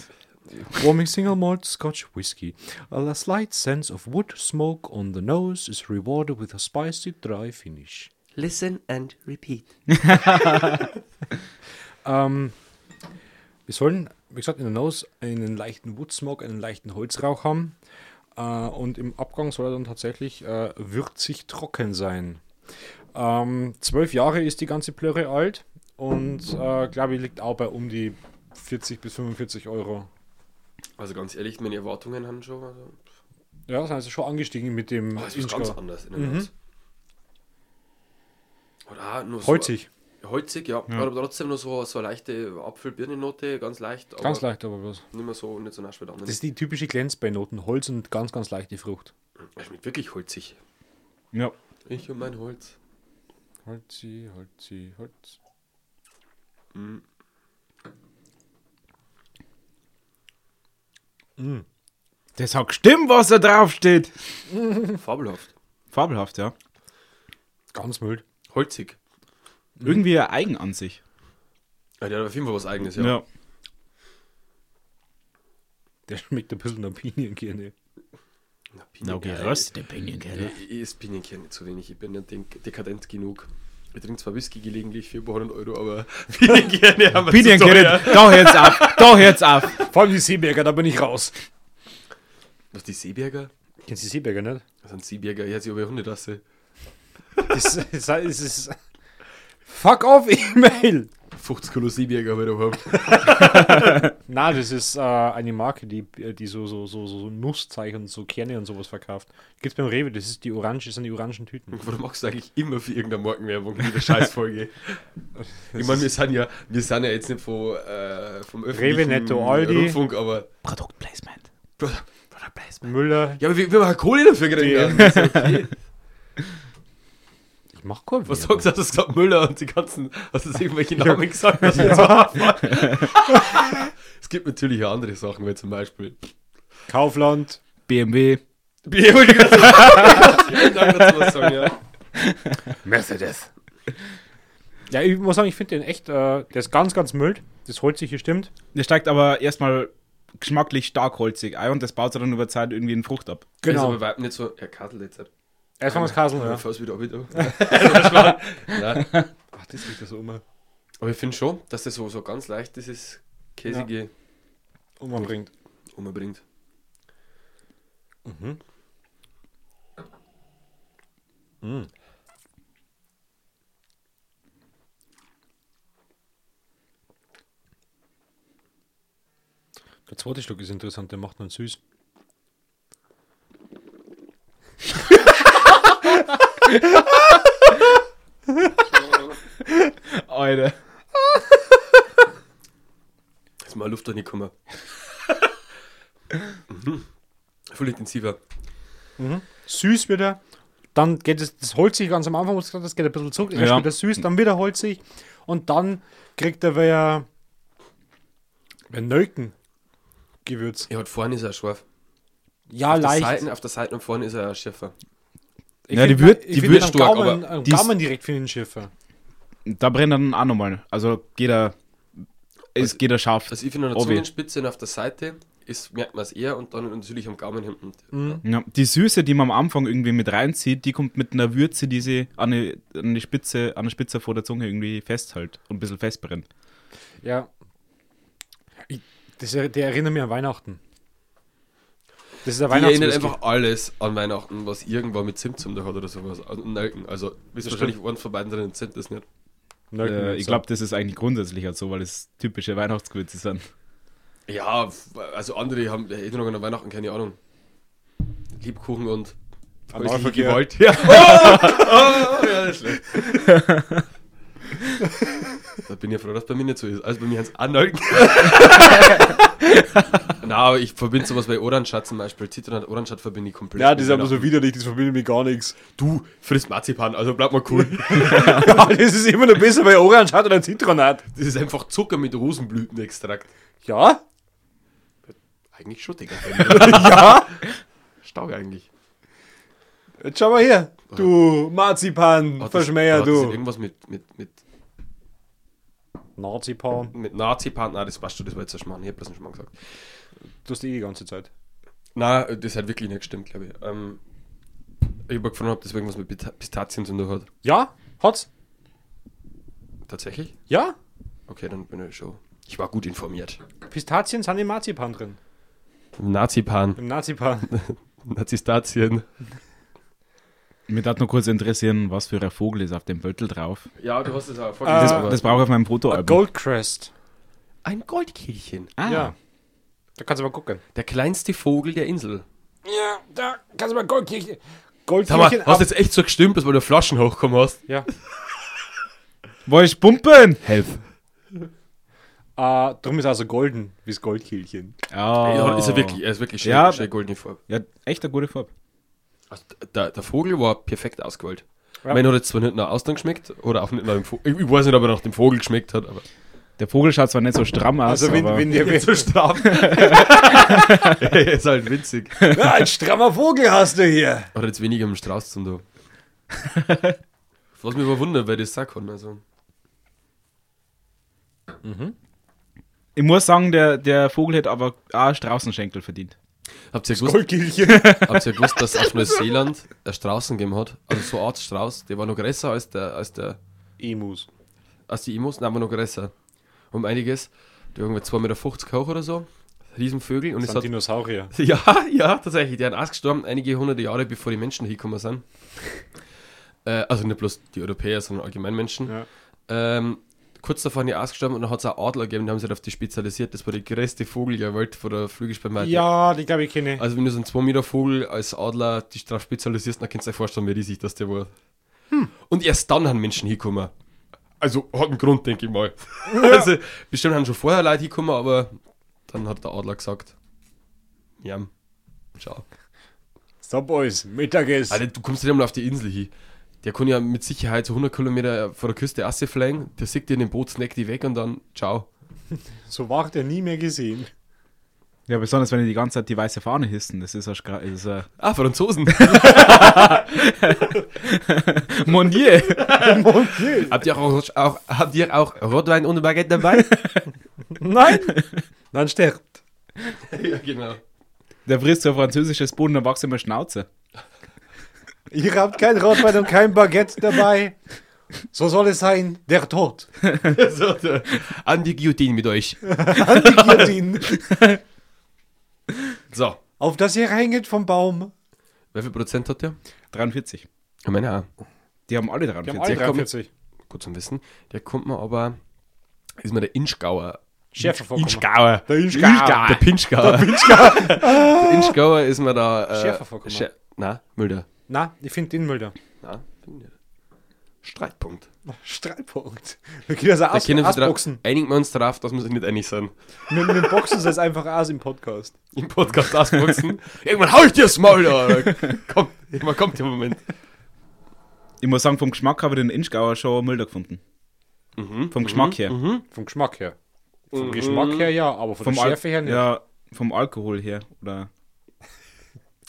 warming single malt Scotch whiskey. A slight sense of wood smoke on the nose is rewarded with a spicy dry finish. Listen and repeat. Ähm, wir sollen, wie gesagt, in der Nose einen leichten Woodsmoke, einen leichten Holzrauch haben. Äh, und im Abgang soll er dann tatsächlich äh, würzig trocken sein. Ähm, zwölf Jahre ist die ganze Plörre alt und äh, glaube ich liegt auch bei um die 40 bis 45 Euro. Also, ganz ehrlich, meine Erwartungen haben schon. Also, Ja, das heißt schon angestiegen mit dem oh, es ist Inchka. ganz anders in der Mhm. Nuss. Oder auch nur so, Holzig, Holzig, ja. Aber trotzdem nur so, so eine leichte Apfel-Birnennote, ganz leicht. Aber ganz leicht aber bloß. Nicht mehr so, nicht so nasch wie der andere. Das ist die typische Glänzbeinoten, Holz und ganz, ganz leichte Frucht. Mhm. Er schmeckt wirklich holzig. Ja. Ich und mein Holz. Holzi, Holzi, Holz. Das hat gestimmt, was da draufsteht. Mhm. Fabelhaft. Fabelhaft, ja. Ganz mild. Holzig. Irgendwie eigen an sich. Ja, der hat auf jeden Fall was eigenes, ja. Der schmeckt ein bisschen nach Pinienkerne. Na, Pinienkerne. Na, geröstete Pinienkerne. Ich, ich esse Pinienkerne zu wenig. Ich bin ja denk- dekadent genug. Ich trinke zwar Whisky gelegentlich, 400 Euro, aber Pinienkerne haben wir Pinienkerne, da hört's auf, da hört's auf. Vor allem die Seeberger, da bin ich raus. Was, die Seeberger? Kennst du die Seeberger nicht? Das sind Seeberger. Ja, sie aber Hunderasse. Das, das, das ist. Fuck off, E-Mail! 50 Kilo Seeberger haben wir da überhaupt. Na, das ist äh, eine Marke, die, die so, so, so, so so Nusszeichen, so Kerne und sowas verkauft. Gibt's beim Rewe, das ist die Orange, das sind die orangen Tüten. Warum machst du eigentlich immer für irgendeine Morgenwerbung in jeder Scheißfolge? ich meine, wir sind ja, wir sind ja jetzt nicht von, äh, vom öffentlichen Netto, Aldi. Rundfunk, aber... Produktplacement. Müller. Ja, aber wir, wir haben halt Kohle dafür DM. gekriegt. Das ist okay. Ich mach Kurve. Also, Was sagst du? Hast du gesagt Müller und die ganzen... Hast du irgendwelche Namen gesagt? dass wir jetzt abfahren? es gibt natürlich auch andere Sachen, wie zum Beispiel... Kaufland. BMW. Ich wollte gerade sagen, vielen Dank, dass du was sagen, ja. Mercedes. Ja, ich muss sagen, ich finde den echt, äh, der ist ganz, ganz mild. Das Holzige stimmt. Der steigt aber erstmal geschmacklich stark holzig ein und das baut sich dann über Zeit irgendwie in Frucht ab. Ist aber überhaupt Also, nicht so... Er kadelt jetzt. äh, Erstmal das Kasel, Ja. Genau. Oh, Also, ja. Fast wieder ab, wieder. Nein. Ach, das riecht ja so immer. Aber ich finde schon, dass das so, so ganz leicht dieses käsige Und man bringt. umbringt. Der zweite Schluck ist interessant, der macht man süß. Alter. Jetzt mal Luft reingekommen. mhm. Voll intensiver. Süß wird er, dann geht es, das holzig ganz am Anfang, wo du gesagt hast, geht ein bisschen zurück, erst Ja. wird er süß, dann wieder holzig und dann kriegt er wieder, wieder Nelkengewürz. Ja, und vorne ist er scharf. Ja, auf, der leicht. Seiten, auf der Seite und vorne ist er schärfer. Ich Ja, die find- wird- ich die find wird am stark, Gaumen, aber am die ist- Gaumen direkt für den Schiffer. Da brennt dann auch nochmal. Also geht er. Es geht er scharf. Also ich finde an der Oh, weh. Zungenspitze und auf der Seite ist, merkt man es eher und dann natürlich am Gaumen hinten. Ja, die Süße, die man am Anfang irgendwie mit reinzieht, die kommt mit einer Würze, die sie an die, an die Spitze, an der Spitze vor der Zunge irgendwie festhält und ein bisschen festbrennt. Ja. Ich, das, er- der erinnert mich an Weihnachten. Das ist der Die erinnert Weihnachtswhisky. einfach alles an Weihnachten, was irgendwann mit Zimtzum da hat oder sowas. Und Nelken. Also ist wahrscheinlich eins von beiden drin sind das nicht. Nelken Äh, und ich genau so. glaube, das ist eigentlich grundsätzlich halt so, weil es typische Weihnachtsgewürze sind. Ja, also andere haben Erinnerungen an Weihnachten, keine Ahnung. Liebkuchen und häusliche Analverkehr. Gewalt. Ja. Oh, ja, das ist schlecht. da bin ich froh, dass bei mir nicht so ist. Also bei mir haben es Analken. Na, aber ich verbinde sowas bei Oranschat zum Beispiel. Zitronen und Oranschat verbinde ich komplett. Ja, mit das ist aber so Weihnachten. widerlich, das verbindet mir gar nichts. Du frisst Marzipan, also bleib mal cool. ja, das ist immer noch besser, weil Orange hat oder Zitronat. Das ist einfach Zucker mit Rosenblütenextrakt. Ja? Eigentlich schon, Digga. ja? Staug eigentlich. Jetzt Äh, schau mal her. Du Marzipan, Hat das- Verschmäher, hat das du. Irgendwas mit, mit, mit, Nazipan. mit Nazi-Partner, das passt schon, das war jetzt ein Schmarrn. Ich hab das nicht schon mal gesagt. Du hast eh die ganze Zeit. Nein, das hat wirklich nicht gestimmt, glaube ich. Ähm, ich habe gefragt, ob das irgendwas mit Pita- Pistazien zu tun hat. Ja? Hat's? Tatsächlich? Ja? Okay, dann bin ich schon. Ich war gut informiert. Pistazien sind im Marzipan drin. Nazi-Pan. Im Nazipan. Nazistazien. Mir darf nur kurz interessieren, was für ein Vogel ist auf dem Böttel drauf. Äh, Ja, du hast es auch Das, vorgelesen. das brauche ich auf meinem A Fotoalbum. Goldcrest. ein Goldkehlchen. Ah, Ja. Da kannst du mal gucken. Der kleinste Vogel der Insel. Ja, da kannst du mal Goldkirchen. Sag mal, Goldkirchen. hast du jetzt echt so gestimmt, dass du der Flaschen hochkommen hast? ja. Wollte ich pumpen? Helf. Äh, drum ist also golden, wie das Goldkehlchen. Ja, ist er wirklich, er ist wirklich schön, Ja. schön goldene Farbe. Ja, echt eine gute Farbe. Also, der, der Vogel war perfekt ausgewählt. Ja. Mein hat jetzt zwar nicht nach Austern geschmeckt oder auch nicht nach dem Vogel. Ich, ich weiß nicht, ob er nach dem Vogel geschmeckt hat, aber. Der Vogel schaut zwar nicht so stramm aus, Also, wenn, aber wenn der so stramm. er ist halt winzig. ja, ein strammer Vogel hast du hier. Hat jetzt weniger mit dem Strauß zum tun. Was mich aber wundert, wer das sagen kann. Also. ich muss sagen, der, der Vogel hätte aber auch Straußenschenkel verdient. Habt ihr gewusst, Goldkehlchen. habt ihr gewusst dass auf Neuseeland ein Straußen gegeben hat? Also so eine Art Strauß, der war noch größer als der, als der Emus. als die Immos, nein, aber noch größer. Um einiges. Die irgendwie 2,50 Meter hoch oder so. Riesenvögel. Und es Sind hat, Dinosaurier. ja, ja, tatsächlich. Die haben ausgestorben, einige hunderte Jahre, bevor die Menschen hingekommen sind. Äh, also nicht bloß die Europäer, sondern allgemein Menschen. Ja. Ähm, kurz davor sind die ausgestorben und dann hat es auch Adler gegeben, die haben sich halt auf die spezialisiert. Das war der größte Vogel der Welt von der Flügelspannweite. Ja, die glaube ich kenne. Also wenn du so einen 2 Meter Vogel als Adler dich drauf spezialisierst, dann kannst du dir vorstellen, wie riesig das der war. Und erst dann haben Menschen hingekommen. Also hat einen Grund, denke ich mal. Also, bestimmt haben schon vorher Leute hingekommen, aber dann hat der Adler gesagt, ja, ciao. So, Boys, Mittagessen. Alter, du kommst nicht einmal auf die Insel hin. Der kann ja mit Sicherheit so 100 Kilometer vor der Küste Asse fliegen, der sieht dir in dem Boot, snackt die weg und dann ciao. So wach der nie mehr gesehen. Ja, besonders wenn die die ganze Zeit die weiße Fahne hissen. Das ist ein, Stra das ist äh, ein Ah, Franzosen. Mon Dieu. habt, ihr auch, auch, habt ihr auch Rotwein ohne Baguette dabei? Nein! Dann stirbt. ja, genau. Der frisst so ein französisches Boden, dann wachst du immer Schnauze. Ihr habt kein Rotwein und kein Baguette dabei. So soll es sein, der Tod. so, so. An die Guillotine mit euch. An die Guillotine, So. auf das ihr reingeht vom Baum. Wie viel Prozent hat der? 43. Ich meine auch. Die haben alle Die 43. haben alle Ja, komm. 43. Gut zum Wissen. Der kommt mir aber. Ist mir der Inchgauer. Schärfer vorkommen. Inchgauer. Der Inchgauer. Der Pinchgauer. Der Pinchgauer. der Inchgauer ist mir da. Äh, Schärfer vorkommen. Schä- Na, Mülder. Na, ich finde den Müll da. Na, bin ich- Streitpunkt. Streitpunkt. also Wir können das auch Da aus, können wir dra- ausboxen. Einigen wir uns darauf, dass wir uns nicht einig sind. Mit, mit Boxen ist einfach aus im Podcast. Im Podcast ausboxen. Irgendwann hau ich dir's Maul da. Komm, irgendwann kommt der Moment. Ich muss sagen, vom Geschmack habe ich den Inchgauer schon milder gefunden. vom Geschmack her. Vom Geschmack her. Vom Geschmack her ja, aber von Mhm. Vom der Al- Schärfe her nicht. Ja, vom Alkohol her. Oder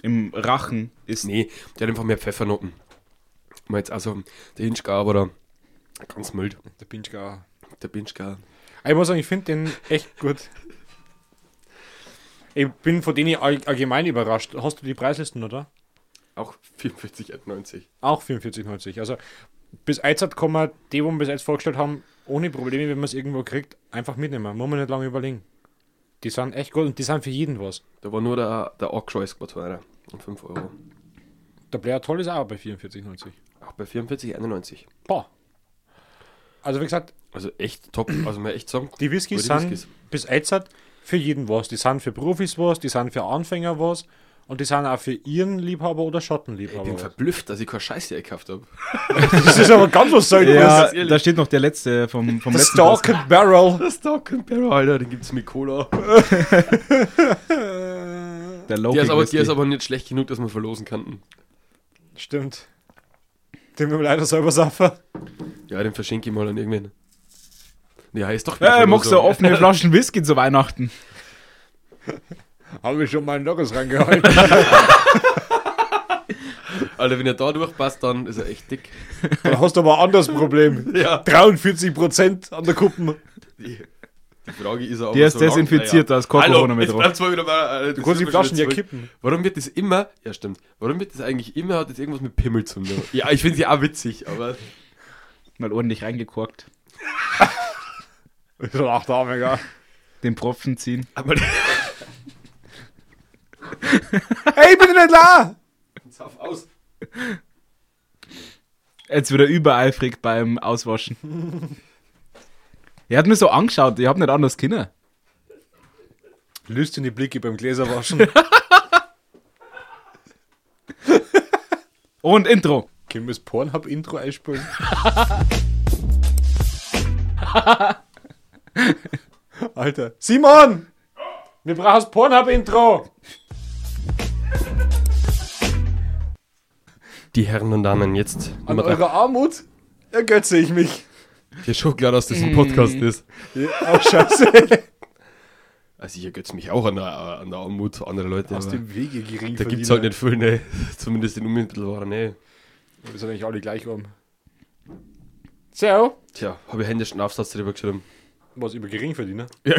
im Rachen ist. Nee, der hat einfach mehr Pfeffernoten. Mal jetzt also der Hinschgauer, aber da ganz mild. Der Pinchgauer. Der Binschgauer. Ich muss sagen, ich finde den echt gut. Ich bin von denen all- allgemein überrascht. Hast du die Preislisten, oder? Auch 44,90. Auch 44,90. Also bis jetzt kann man die, die wir bis jetzt vorgestellt haben, ohne Probleme, wenn man es irgendwo kriegt, einfach mitnehmen. Muss man nicht lange überlegen. Die sind echt gut und die sind für jeden was. Da war nur der, der Ockscheiß war teurer. Um 5 Euro. Der Player Toll ist auch bei 44,90. Auch bei 44,91. Boah. Also wie gesagt, Also echt top. Also mir echt sagen. Die Whiskys Gute sind bis jetzt für jeden was. Die sind für Profis was, die sind für Anfänger was und die sind auch für ihren Liebhaber oder Ich bin Schottenliebhaber. was. verblüfft, dass ich keine Scheiße gekauft habe. Das ist aber ganz was Seltenes. Ja, ganz ehrlich. da steht noch der letzte vom, vom The letzten. Stark and Barrel. Das Dog and Barrel, Alter, den gibt's mit Cola. Podcast. Der Low Der ist, aber, Kick der ist Whisky. aber nicht schlecht genug, dass wir verlosen könnten. Stimmt. Den wir leider selber saufen. Ja, den verschenke ich mal an irgendwen. Ja, ist doch Äh, machst du Verlosung. offene Flaschen Whisky zu Weihnachten? Haben wir schon mal einen Lockes rangehalten. Alter, wenn er da durchpasst, dann ist er echt dick. Dann hast du aber ein anderes Problem. Ja. 43% an der Kuppen. Die, die Frage ist auch. Der ist desinfiziert, da ist kein Corona mit drauf. mal wieder mal, äh, Du kannst die Flaschen ja kippen. Warum wird das immer, ja stimmt, warum wird das eigentlich immer, hat das irgendwas mit Pimmel zu tun? Ja, ich finde sie auch witzig, aber Mal ordentlich reingekorkt. Ist doch acht Arme, egal. Den Propfen ziehen. aber Hey, ich bin nicht da! auf aus. Jetzt wieder übereifrig beim Auswaschen. er hat mir so angeschaut, ich hab nicht anders Kinder. Löst in die Blicke beim Gläserwaschen. Und Intro. Können wir das Pornhub-Intro einspielen? Alter. Simon! Wir brauchen das Pornhub-Intro! Die Herren und Damen, jetzt An Nummer drei. eurer Armut ergötze ich mich. Dir ist schon klar, dass das ein Podcast Äh. ist. Ja, Auch scheiße. Also ich ergötze mich auch an der, an der Armut anderer Leute, Aus aber dem Wege gering da gibt's halt nicht viel, ne, zumindest in unmittelbaren Nähe. Wir sind eigentlich alle gleich um. So. Tja, habe ich händischen Aufsatz drüber geschrieben. Was über Geringverdiener? Ja,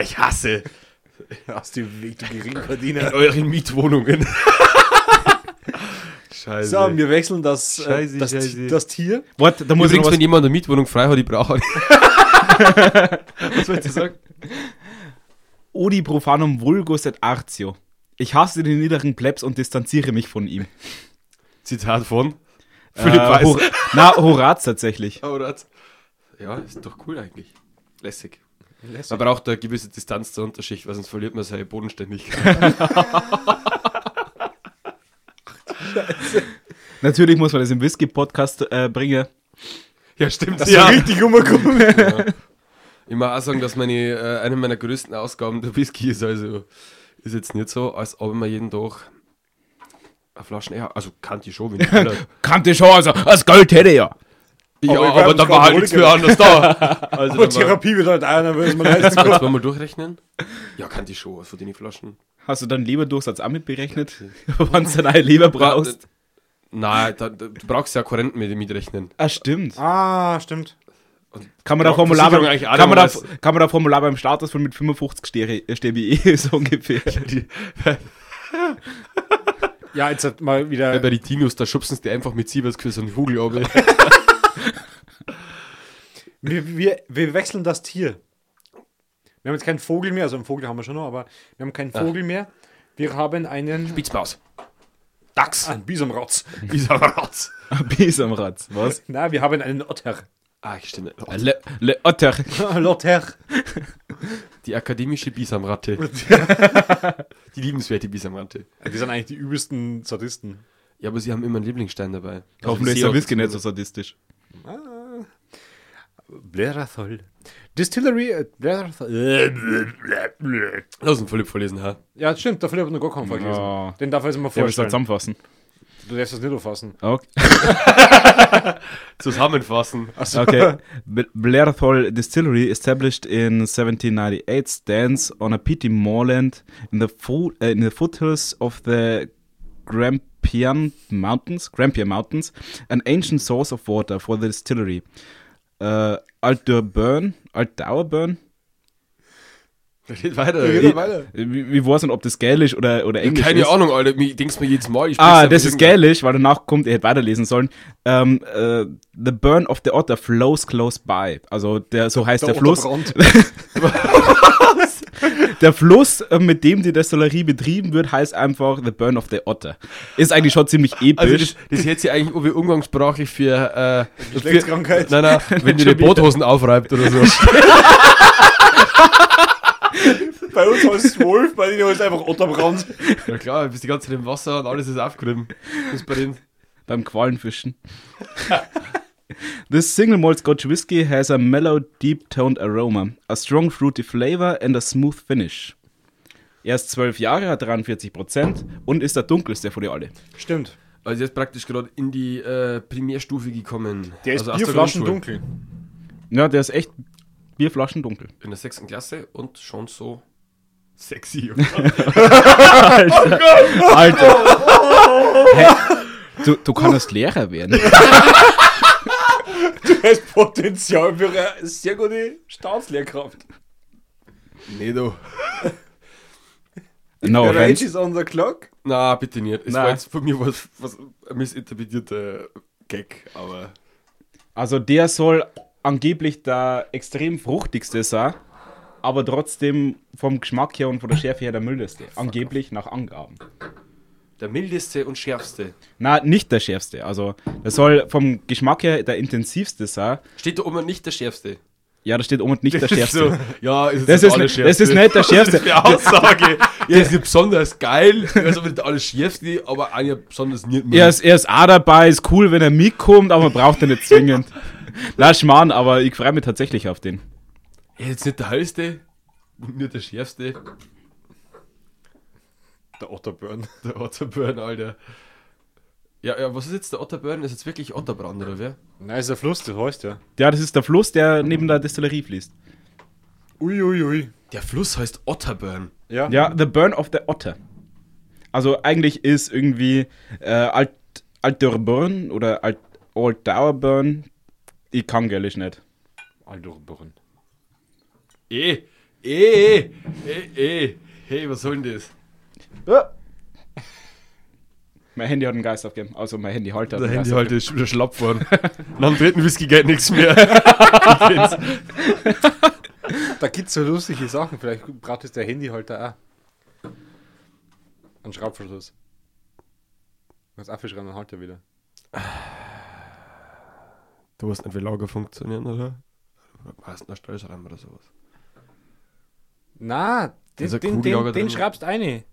ich hasse Aus dem Weg, du Geringverdiener. euren Mietwohnungen. Scheiße. So, wir wechseln das, äh, Scheiße, das, scheiße. das Tier. Wart, da muss ich Übrigens, noch wenn was, jemand eine Mietwohnung frei hat, ich brauche Was wolltest du sagen? Odi profanum vulgus et artio. Ich hasse den niederen Plebs und distanziere mich von ihm. Zitat von Philipp Äh, Weiß. Hor Na, Horaz tatsächlich. Oder hat's- Ja, ist doch cool eigentlich. Lässig. Man Lässig. braucht eine gewisse Distanz zur Unterschicht, weil sonst verliert man seine Bodenständigkeit. Natürlich muss man das im Whisky-Podcast äh, bringen. ja, stimmt. Das ja. richtig umgekommen. Ich muss auch sagen, dass meine, äh, eine meiner größten Ausgaben der Whisky ist. Also ist jetzt nicht so, als ob ich mir jeden Tag eine Flasche ja, Also kann die schon, wenn ich will. Kannte schon, also, das Gold hätte ja. Ja, Aber ich aber, wär dann ein war halt nichts mehr anderes da. Also Und dann war, Therapie wird halt einer, wenn man leisten kann. kannst du mal durchrechnen? Ja, kann die schon, also die Flaschen. Hast du dann Leberdurchsatz auch mit berechnet? Wann du eine neue Leber brauchst? Nein, da, da, du brauchst ja Korrenten mit, mitrechnen. Ah, stimmt. Ah, stimmt. Kann man da Ja, Formular beim, Versicherung eigentlich auch kann man da, noch was. kann man da Formular beim Status von mit 55 Stäbe, Stäbe eh, so ungefähr. Ja, jetzt hat mal wieder. Weil bei den Dinos, da schubsen sie die einfach mit Siebersquiz und Hugel oben. Wir, wir, wir wechseln das Tier. Wir haben jetzt keinen Vogel mehr, also einen Vogel haben wir schon noch, aber wir haben keinen Vogel mehr. Wir haben einen. Ah, Spitzmaus. Dachs. einen Bisonrotz. Bisonrotz. Bis am Ratz, was? Na, wir haben einen Otter. Ah, stimmt. Le, Le Otter. Lotter. Die akademische Bisamratte. die liebenswerte Bisamratte. Äh, Die sind eigentlich die übelsten Sadisten. Ja, aber sie haben immer einen Lieblingsstein dabei. Also Hoffentlich ist der Whisky nicht so sadistisch. Blerathol. Distillery. Äh, Blerathol. Lass uns Philipp vorlesen, ha? Ja, stimmt, der Philipp hat noch gar keinen Fall gelesen. Ja. Den darf er jetzt mal Der muss da vorstellen. zusammenfassen. du darfst das nicht auffassen. Okay. Zusammenfassen. Okay. B- Blairthol Distillery, established in 1798, stands on a peaty moorland in the, fo- uh, in the foothills of the Grampian Mountains, Grampian Mountains, an ancient source of water for the distillery. Uh, Alderburn, Aldauerburn? Geht weiter. Geht weiter. Wie, wie weiß nicht, ob das Gälisch oder, oder Englisch Keine ist. Ahnung, Alter. Ich denk's mir jedes Mal. Ich Ah, spreche das einfach ist irgendwann. Gälisch, weil danach kommt, ihr hättet weiterlesen sollen. Ähm, äh, the burn of the otter flows close by. Also der, so heißt der, Fluss. Otterbrand. Der Fluss, äh, mit dem die Destillerie betrieben wird, heißt einfach the burn of the otter. Ist eigentlich schon ziemlich episch. Also das, das hätte sie eigentlich irgendwie umgangssprachlich für... Äh, Geschlechtskrankheit. Für, nein, nein, wenn die die Boothosen aufreibt oder so. Bei uns heißt es Wolf, bei denen heißt es einfach Otterbrand. Na klar, du bist die ganze Zeit im Wasser und alles ist aufgerieben. Das ist bei den... beim Qualenfischen. This single malt Scotch whiskey has a mellow, deep toned aroma, a strong fruity flavor and a smooth finish. Er ist 12 Jahre, hat 43% und ist der dunkelste von den alle. Stimmt. Also jetzt praktisch gerade in die äh, Primärstufe gekommen. Der ist also aus Bierflaschen Grundschule. dunkel. Ja, der ist echt Bierflaschen dunkel. In der sechsten Klasse und schon so sexy. Alter. Hä? Du, du kannst Lehrer werden. Er ist Potenzial für eine sehr gute Staatslehrkraft. nee, du. Oh, No offense. is on the clock. Na, bitte nicht. Es Nein. war jetzt von mir was, was ein missinterpretierter Gag, aber. Also der soll angeblich der extrem fruchtigste sein, aber trotzdem vom Geschmack her und von der Schärfe her der mildeste. Angeblich nach Angaben. Der mildeste und schärfste. Na, nicht der schärfste. Also der soll vom Geschmack her der intensivste sein. Steht da oben nicht der schärfste. Ja, da steht oben nicht der So, schärfste. ja, es ist Das nicht ist, alles nicht, das schärfste. ist nicht der schärfste. Die Aussage. ja, ist nicht besonders geil, er ist aber nicht alles schärfste, aber auch nicht besonders nicht mild. Er ist, er ist auch dabei, ist cool, wenn er mitkommt, aber man braucht ihn nicht zwingend. Na, Schmarrn, aber ich freue mich tatsächlich auf den. Er ist jetzt nicht der hellste und nicht der schärfste. Der Otterburn. Der Otterburn, Alter. Ja, ja, was ist jetzt der Otterburn? Ist jetzt wirklich Otterbrand, oder wer? Nein, ist der Fluss, das heißt ja. Ja, das ist der Fluss, der neben der Destillerie fließt. Uiuiui. Der Fluss heißt Otterburn. Ja. Ja, The Burn of the Otter. Also eigentlich ist irgendwie äh, Alt, Alterburn oder Alt, Old Burn. Ich kann gälisch nicht. Alderburn. Eh, eh, eh, eh. Hey, was soll denn das? Mein Handy hat einen Geist aufgegeben. Also mein Handyhalter. hat Der einen Handy Geist heute ist wieder schlapp worden. Nach dem dritten Whisky geht nichts mehr. Da gibt's so lustige Sachen. Vielleicht braucht es der Handyhalter auch. Ein Schraubverschluss. Was abgeschrieben, dann halt er wieder. Du musst nicht wie Lager funktionieren, oder? Hast du einen Stolzrahmen oder sowas? Na, den, ist ein den, Kugellager den, den drin. schraubst eine.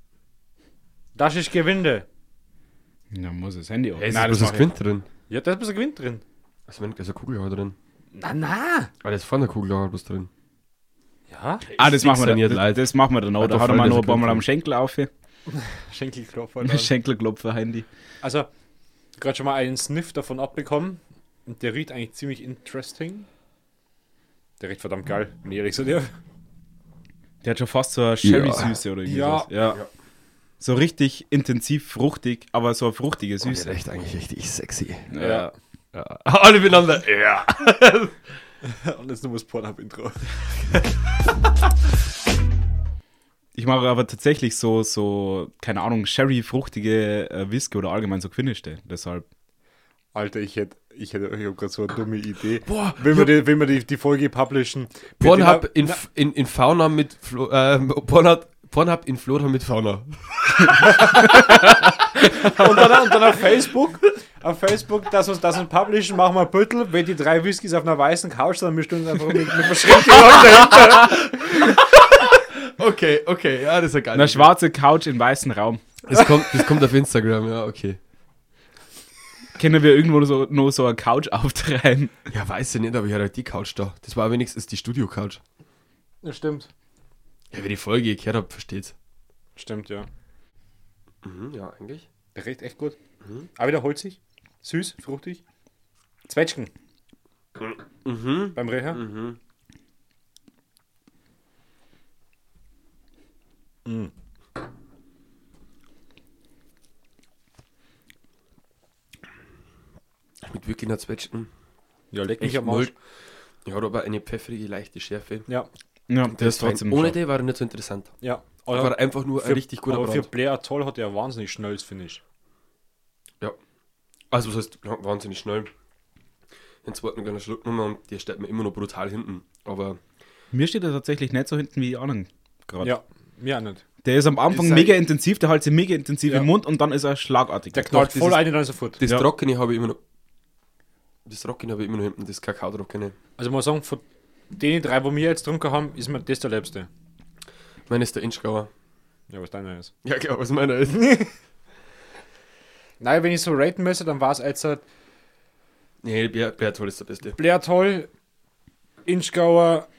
Das ist Gewinde. aufgegeben. Ja, muss das Handy auf. Hey, ist Nein, bloß das das mach ich. Quint drin? Ja, da ist ein bisschen Gewinn drin. Also, wenn, da ist eine Kugellager drin. Na, na. Aber Ah, da ist vorne eine Kugellager bloß drin. Ja. Ah, das machen wir Saniert dann. Das, leid. das machen wir dann auch. Hat Da doch hat er voll mal noch das ein paar Mal am Glück. Schenkel auf. Schenkelklopfer. Schenkelklopfer-Handy. Also, gerade schon mal einen Sniff davon abbekommen. Und der riecht eigentlich ziemlich interesting. Der riecht verdammt geil, wenn ich ehrlich zu dir. Der hat schon fast so eine Sherry-Süße oder irgendwie Ja. sowas. Ja. So richtig intensiv fruchtig, aber so eine fruchtige Süße. echt eigentlich richtig sexy. ja. Alle miteinander. Ja. Und jetzt nur das Pornhub-Intro. Ich Ich mache aber tatsächlich so, so keine Ahnung, Sherry-fruchtige äh, Whisky oder allgemein so gefinischte. Deshalb. Alter, ich hätte ich hätte ich hab gerade so eine dumme Idee. Boah, wenn wir, die, wenn wir die, die Folge publishen. mit Pornhub den- in, F- in, in Fauna mit Flo, äh, Pornhub, Pornhub in Flora mit Fauna. und, dann, und dann auf Facebook, auf Facebook, dass uns das und publishen, machen wir ein Büttel, wenn die drei Whiskys auf einer weißen Couch sind, mischt uns einfach mit, mit verschränkten Armen dahinter. Okay, okay, ja, das ist ja geil. Eine schwarze Couch im weißen Raum. das, kommt, das kommt auf Instagram, ja, okay. Können wir irgendwo so, nur so eine Couch auftreiben? Ja, weiß ich nicht, aber ich hatte halt die Couch da. Das war wenigstens die Studio-Couch. Ja, stimmt. Ja, wer die Folge gehört hat, versteht's. Stimmt, ja. Mhm, ja, eigentlich. Der riecht echt gut. Aber wieder holzig, süß, fruchtig. Zwetschgen. Beim Recher. Mit wirklich einer Zwetschgen. Ja, leck hm. Echt mich am Arsch. mild. Ja, hat aber eine pfeffrige, leichte Schärfe. Ja, Ja, Der ist fein. Ohne den war er nicht so interessant. ja. War einfach nur ein richtig guter aber für Brand. Blair Toll hat er ein wahnsinnig schnelles Finish. Also, was heißt, ja, wahnsinnig schnell. Den zweiten kleinen Schluck genommen und der steht mir immer noch brutal hinten. Aber Mir steht er tatsächlich nicht so hinten wie die anderen gerade. Ja, mir auch nicht. Der ist am Anfang Ist ein- mega intensiv, der hält sich mega intensiv Ja. im Mund und dann ist er schlagartig. Der knallt Doch, das voll ist- ein und dann sofort. das Ja. Trockene habe ich immer noch. Das Trockene habe ich immer noch hinten, das Kakao-Trockene. Also muss sagen, von den drei, wo wir jetzt getrunken haben, ist mir das der Letzte. Meine ist der Inchgauer. Ja, was deiner ist. Ja, klar, was meiner ist. Nein, wenn ich so raten müsste, dann war es als äh, nee, Bär, Bärtol ist der Beste. Blair Toll, Inchgauer,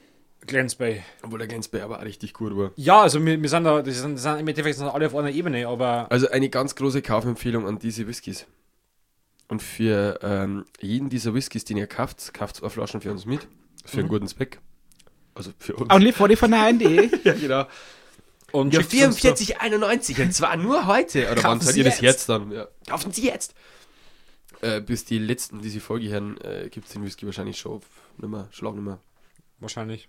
Glens Bay. Obwohl der Gänsbär aber auch richtig gut war. Ja, also wir, wir sind da, das sind, das sind im Endeffekt sind alle auf einer Ebene, aber Also eine ganz große Kaufempfehlung an diese Whiskys. Und für ähm, jeden dieser Whiskys, den ihr kauft, kauft zwei Flaschen für uns mit. Für einen guten Zweck. Also für uns. Only 49. ja, genau. und Ja, schickt's uns da. 44,91. Und zwar nur heute. Oder wann Kaufen seid Sie ihr das jetzt. jetzt dann? Ja. Kaufen Sie jetzt. Äh, bis die letzten, die sie Folge hören, äh, gibt es den Whisky wahrscheinlich schon auf Nummer, Schlagnummer. wahrscheinlich.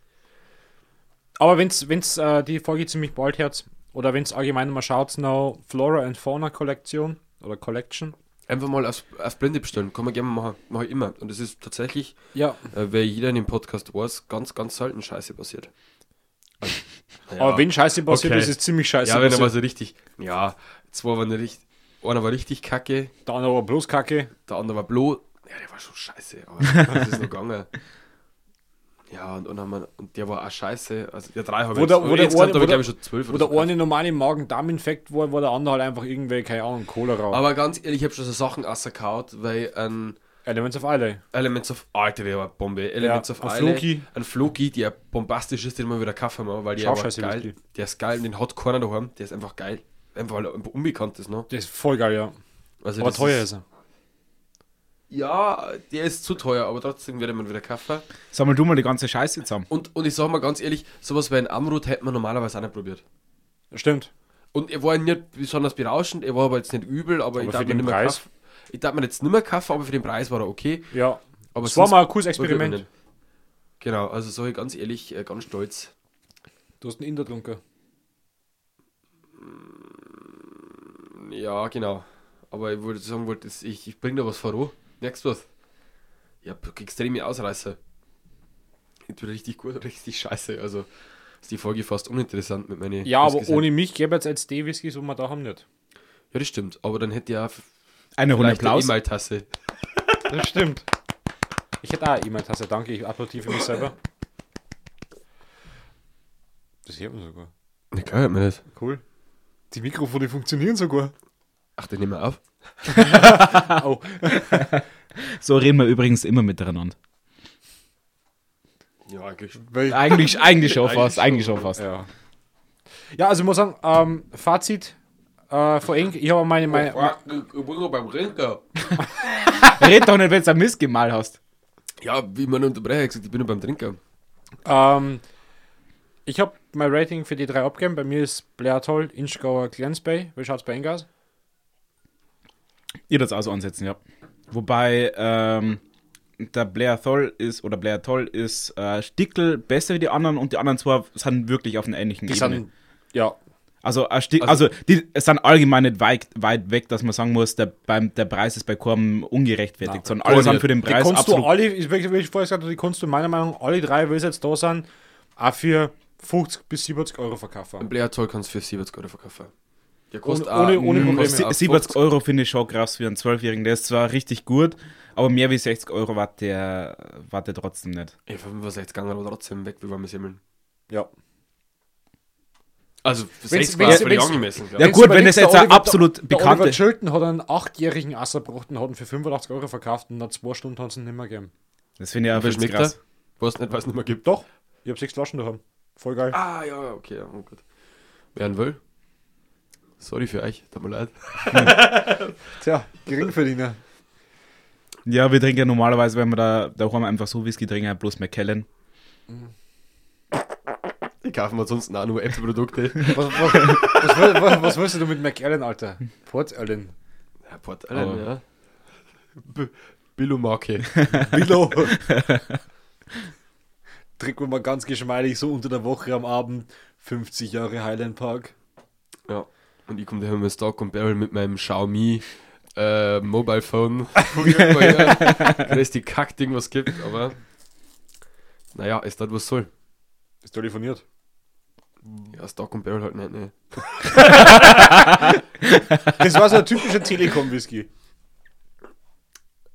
Aber wenn's wenn's äh, die Folge ziemlich bald hört oder wenn's allgemein mal schaut, now Flora and Fauna Kollektion oder Collection. Einfach mal auf, auf Blende bestellen. Kann man gerne machen. Mache ich immer. Und es ist tatsächlich, Ja, äh, wer jeder in dem Podcast weiß, ganz, ganz selten Scheiße passiert. Also, aber wenn Scheiße passiert Okay. ist, ist ziemlich scheiße. Ja, wenn er passiert. mal so richtig. Ja, zwei waren richtig. Einer war richtig kacke, Der andere war bloß Kacke. der andere war bloß. Ja, der war schon scheiße, aber das ist noch gegangen. Ja, und, und, haben wir, und der war auch scheiße. Also, der drei habe Wo ich der- wo jetzt, aber der insgesamt eine- habe wo ich, glaube der- ich, schon zwölf Wo oder der so. eine normale Magen-Darm-Infekt war, war der andere halt einfach irgendwie, keine Ahnung, Cholera. Aber ganz ehrlich, ich habe schon so Sachen rausgekaut, weil ein Elements of Islay. Elements of Alter, der war Bombe. Elements of ein Isle, Floki. Ein Floki, der bombastisch ist, den man wieder kaufen muss, weil der war Schauscheiße geil. Whisky. Der ist geil, und den hat keiner daheim. Der ist einfach geil. Einfach weil er einfach unbekannt ist, ne? Das ist voll geil, ja. Also Aber das teuer ist- ist er. Ja, der ist zu teuer, aber trotzdem werde man wieder kaufen. Sammel du mal die ganze Scheiße zusammen. Und, und ich sag mal ganz ehrlich, sowas wie ein Amrut hätte man normalerweise auch nicht probiert. Stimmt. Und er war nicht besonders berauschend, er war aber jetzt nicht übel, aber, ich für dachte mir den nicht mehr Preis? kaufen. Ich dachte mir jetzt nicht mehr kaufen, aber für den Preis war er okay. Ja. Aber Es war sonst mal ein cooles probiert Experiment. man nicht. Genau, also sag ich ganz ehrlich, äh, ganz stolz. Du hast einen Inder getrunken. Ja, genau. Aber ich wollte sagen, wollte, das- ich, ich bring da was voran. Merkst du was? Ich hab extreme Ausreißer. Entweder richtig gut oder richtig scheiße. Also ist die Folge fast uninteressant mit meinen. Ja, aber Whiskys. ohne mich gäbe es als D-Whisky, so wir da haben nicht. Ja, das stimmt. Aber dann hätte ja Eine Runde vielleicht eine Applaus. E-Mail-Tasse. Das stimmt. Ich hätte auch eine E-Mail-Tasse, danke, ich applaudiere für mich selber. Das hört man sogar. Na klar, hört man das. Cool. Die Mikrofone funktionieren sogar. Ach, den nehmen wir auf. Au. So reden wir übrigens immer miteinander. Ja, eigentlich. Weil, Eigentlich, eigentlich schon fast. Eigentlich schon fast. ja. ja, also ich muss sagen, ähm, Fazit äh, vor Eng, ich habe meine, Äh, meine, beim Rinker. Red doch nicht, wenn du ein Missgemahl hast. Ja, wie man unterbrecher hat gesagt, ich bin nur beim Trinker. Ähm, ich habe mein Rating für die drei abgegeben. Bei mir ist Blair Toll, Inchgauer, Glens Bay. Wie schaut's bei Engas? Ihr das auch so ansetzen, ja. Wobei, ähm, der Blair Toll ist, oder Blair Toll ist äh, Stickel besser wie die anderen und die anderen zwei sind wirklich auf einer ähnlichen Die Ebene. sind, ja, Also, ein Stück, Also- also, die sind allgemein nicht weit, weit weg, dass man sagen muss, der, beim, der Preis ist bei Korben ungerechtfertigt, sondern alle Gar sind nicht. für den Ah, also, Die Preis kannst du absolut. alle, ich wirklich, wie ich vorher gesagt habe, die kannst du meiner Meinung nach alle drei, wie sie jetzt da sind, auch für 50 bis 70 Euro verkaufen. Bläherzoll kannst du für 70 Euro verkaufen. Ja, Ohne- ohne- ohne Probleme. Sie- 70 Euro finde ich schon krass für einen Zwölfjährigen. Der ist zwar richtig gut, aber mehr wie 60 Euro war der, war der trotzdem nicht. Ey, 65 gegangen, aber trotzdem weg, wie warme Semmeln. Ja. Also, für 60 wenn's- war völlig wenn's- angemessen, glaub Ja, ich. gut, wenn überlegst, das jetzt der ein Oliver- absolut der bekannter- Oliver Chilton hat einen 8-jährigen Asser gebracht und hat ihn für 85 Euro verkauft und nach zwei Stunden hat es ihn nicht mehr gegeben. Das finde ich Wie einfach schmeckt er? krass. Weißt nicht, was es nicht mehr gibt. Doch, ich habe sechs Flaschen daheim. Voll geil. Ah, ja, ja, okay, ja, oh Gott. Wer ihn will? Sorry für euch, tut mir leid. Tja, Geringverdiener. Ja, wir trinken ja normalerweise, wenn wir da daheim einfach so Whisky trinken, bloß McKellen. Die kaufen wir sonst auch nur Apple-Produkte. Was, was, was, will- was, was willst du mit McAllen, Alter? Port Allen. ja, Port Allen, Oh. ja. B Billo-Marke. Billo. Trinken wir mal ganz geschmeidig so unter der Woche am Abend 50 Jahre Highland Park. Ja. Und ich komme daher mit Stock und Barrel mit meinem Xiaomi äh, Mobile Phone. das ist die Kackding, was gibt, aber. Naja, ist das was soll. Ist telefoniert. Ja, Stock und Barrel halt nicht, ne. Das war so ein typischer Telekom-Whisky.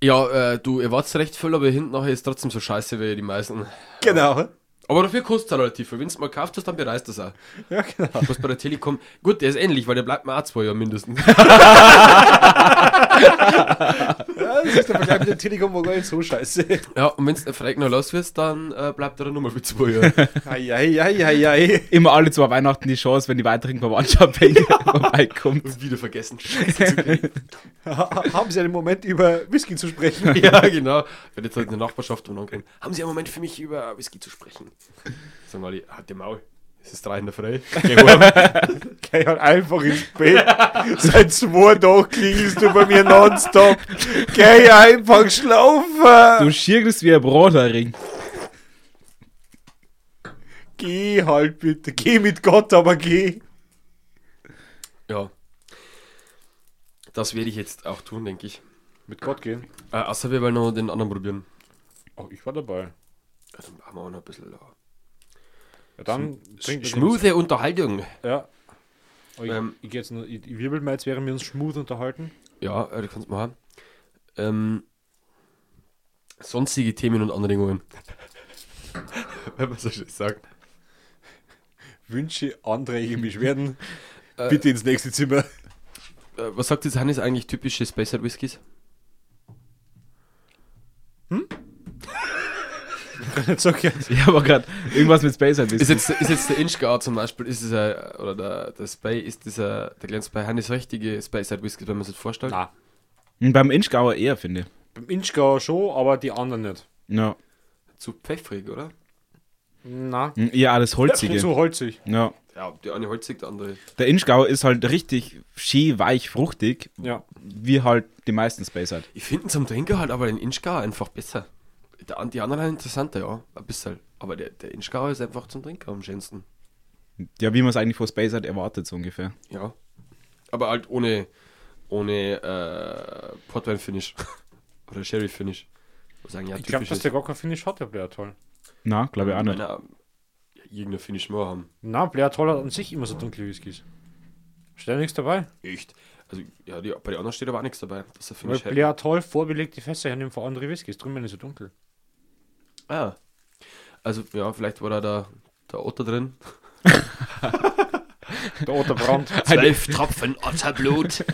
Ja, äh, du erwartest recht viel, aber hinten nachher ist trotzdem so scheiße wie die meisten. Genau. Aber dafür kostet es halt relativ viel. Wenn du mal gekauft hast, dann bereist das auch. Ja, genau. Was bei der Telekom. Gut, der ist ähnlich, weil der bleibt mir auch zwei Jahre mindestens. Ja, das ist der Vergleich mit der Telekom war gar nicht so scheiße. ja, und wenn du Freck noch los wirst, dann äh, bleibt er nur mal für zwei Jahre. Eieieiei. Immer alle zwei Weihnachten die Chance, wenn die weiteren Verwandtschaft vorbeikommt. Und wieder vergessen. Scheiße zu kriegen. Haben Sie einen Moment über Whisky zu sprechen? ja, genau. Wenn jetzt halt eine Nachbarschaft und angehen. Haben Sie einen Moment für mich über Whisky zu sprechen? Sagen wir, hat der Maul. Es ist drei in der Frei. Geh heim. Geh halt einfach ins Bett. Seit zwei Tagen klingelst du bei mir nonstop. Geh einfach schlafen. Du schirgst wie ein Brothering. Geh halt bitte. Geh mit Gott, aber geh. ja. Das werde ich jetzt auch tun, denke ich. Mit Gott gehen? Äh, außer wir wollen noch den anderen probieren. Oh, ich war dabei. Ja, dann machen wir auch noch ein bisschen. Ja, dann Äh, trinken wir- schmuthe Unterhaltung. Ja. Oh, ich, Ähm. ich, geh jetzt nur, ich, ich wirbel mal jetzt, während wir uns smooth unterhalten. Ja, äh, das kannst du machen. Ähm, sonstige Themen und Anregungen. Wenn man so schön sagt. Wünsche, Anträge, Beschwerden. Bitte ins nächste Zimmer. Äh, was sagt jetzt Hannes eigentlich typische Spacer Whiskys? Nicht so gern. Ich habe gerade irgendwas mit Space ein Ist bisschen. jetzt, ist jetzt der Inchgau zum Beispiel, ist es ein, oder der, der Spy, ist dieser, der kleine Spy Hannes richtige Spy Side Whisky, wenn man sich das vorstellt? Nein. Und Beim Inchgauer eher, finde ich. Beim Inchgau schon, aber die anderen nicht. Ja. Zu pfeffrig, oder? Na. Ja, alles Holzige. Zu holzig. Ja. Ja, der eine holzig, der andere. Der Inchgauer ist halt richtig schön, weich, fruchtig, Ja. wie halt die meisten Space halt. Ich finde zum Trinken halt aber den Inchgau einfach besser. Der, die anderen sind interessanter, ja, ein bisschen. Aber der, der Inchgau ist einfach zum Trinken am schönsten. Ja, wie man es eigentlich vor Space halt erwartet, so ungefähr. Ja. Aber halt ohne, ohne äh, Portwein-Finish. oder Sherry-Finish. Was sagen ja Ich glaube, typisch dass ist. der gar kein Finish hat, der Blair Toll. Na, glaube ich auch nicht. Einer, ja, irgendein Finish mehr haben. Na, Blair Toll hat an sich immer so dunkle Whiskys. Steht nichts dabei. Echt? Also, ja, die, bei den anderen steht aber auch nichts dabei. Das ist Weil Finish Blair Toll vorbelegte Fässer hernimmt für andere Whiskys. Drum werden die so dunkel. Ah. Also, ja, vielleicht war da der, der Otter drin. Der Otterbrand. Zwölf Tropfen Otterblut.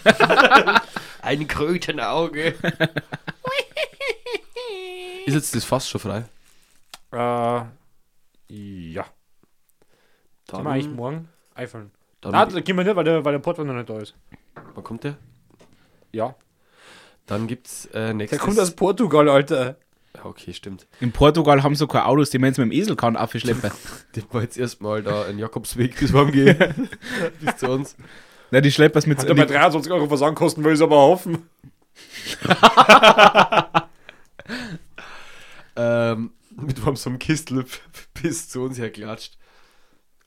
Ein Krötenauge. ist jetzt das Fass schon frei? äh, ja. Sollen wir eigentlich Dann, morgen eifeln? dann, Na, da gehen wir nicht, weil der, weil der Portwein noch nicht da ist. wann kommt der? Ja. Dann gibt's äh, nächstes... Portugal, Alter. ja, okay, stimmt. In Portugal haben sie keine Autos, die man jetzt mit dem Eselkahn aufschleppen. Den war jetzt erstmal da in Jakobsweg bis warm gehen. bis zu uns. Na, die schleppen es mit Hat er bei 23 Euro Versandkosten, will ich aber hoffen. ähm, mit warm so einem Kistel bis zu uns herklatscht.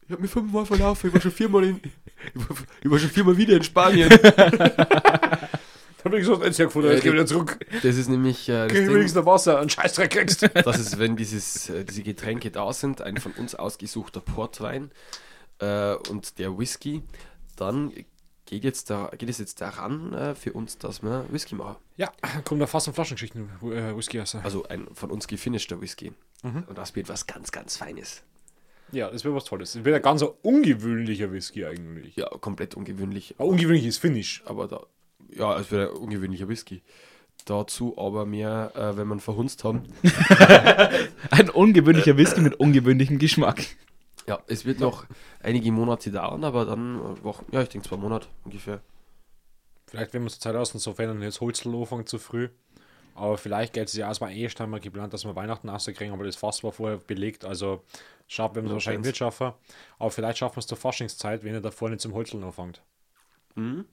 Ich hab mich fünfmal verlaufen, ich war schon viermal in, Ich war schon viermal wieder in Spanien. Da bin ich so ein Netzwerk gefunden, Ja, ich geh die- wieder zurück. Das ist nämlich äh, das Geh Ding, wenigstens nach Wasser, einen Scheißdreck kriegst. das ist, wenn dieses, äh, diese Getränke da sind, ein von uns ausgesuchter Portwein äh, und der Whisky, dann geht, jetzt da, geht es jetzt daran äh, für uns, dass wir Whisky machen. Ja, kommen da fast und Flaschengeschichten, Wh- äh, Whisky aus. Also ein von uns gefinischter Whisky. Und das wird was ganz, ganz Feines. Ja, das wäre was Tolles. Das wäre ein ganz ungewöhnlicher Whisky eigentlich. Ja, komplett ungewöhnlich. Ein ungewöhnliches Finish. aber da, ja, es wäre ein ungewöhnlicher Whisky. Dazu aber mehr, äh, wenn man verhunzt haben. Ein ungewöhnlicher Whisky mit ungewöhnlichem Geschmack. Ja, es wird noch einige Monate dauern, aber dann äh, Wochen, ja, ich denke zwei Monate ungefähr. Vielleicht, wenn wir zur Zeit außen so verändern, jetzt Holzl anfangen zu früh. Aber vielleicht geht es ja erstmal eh schon mal geplant, dass wir Weihnachten rauskriegen, aber das Fass war vorher belegt. Also schaffen wir es wahrscheinlich nicht schaffen. Aber vielleicht schaffen wir es zur Faschingszeit, wenn ihr da vorne zum Holzl anfangt. Mhm.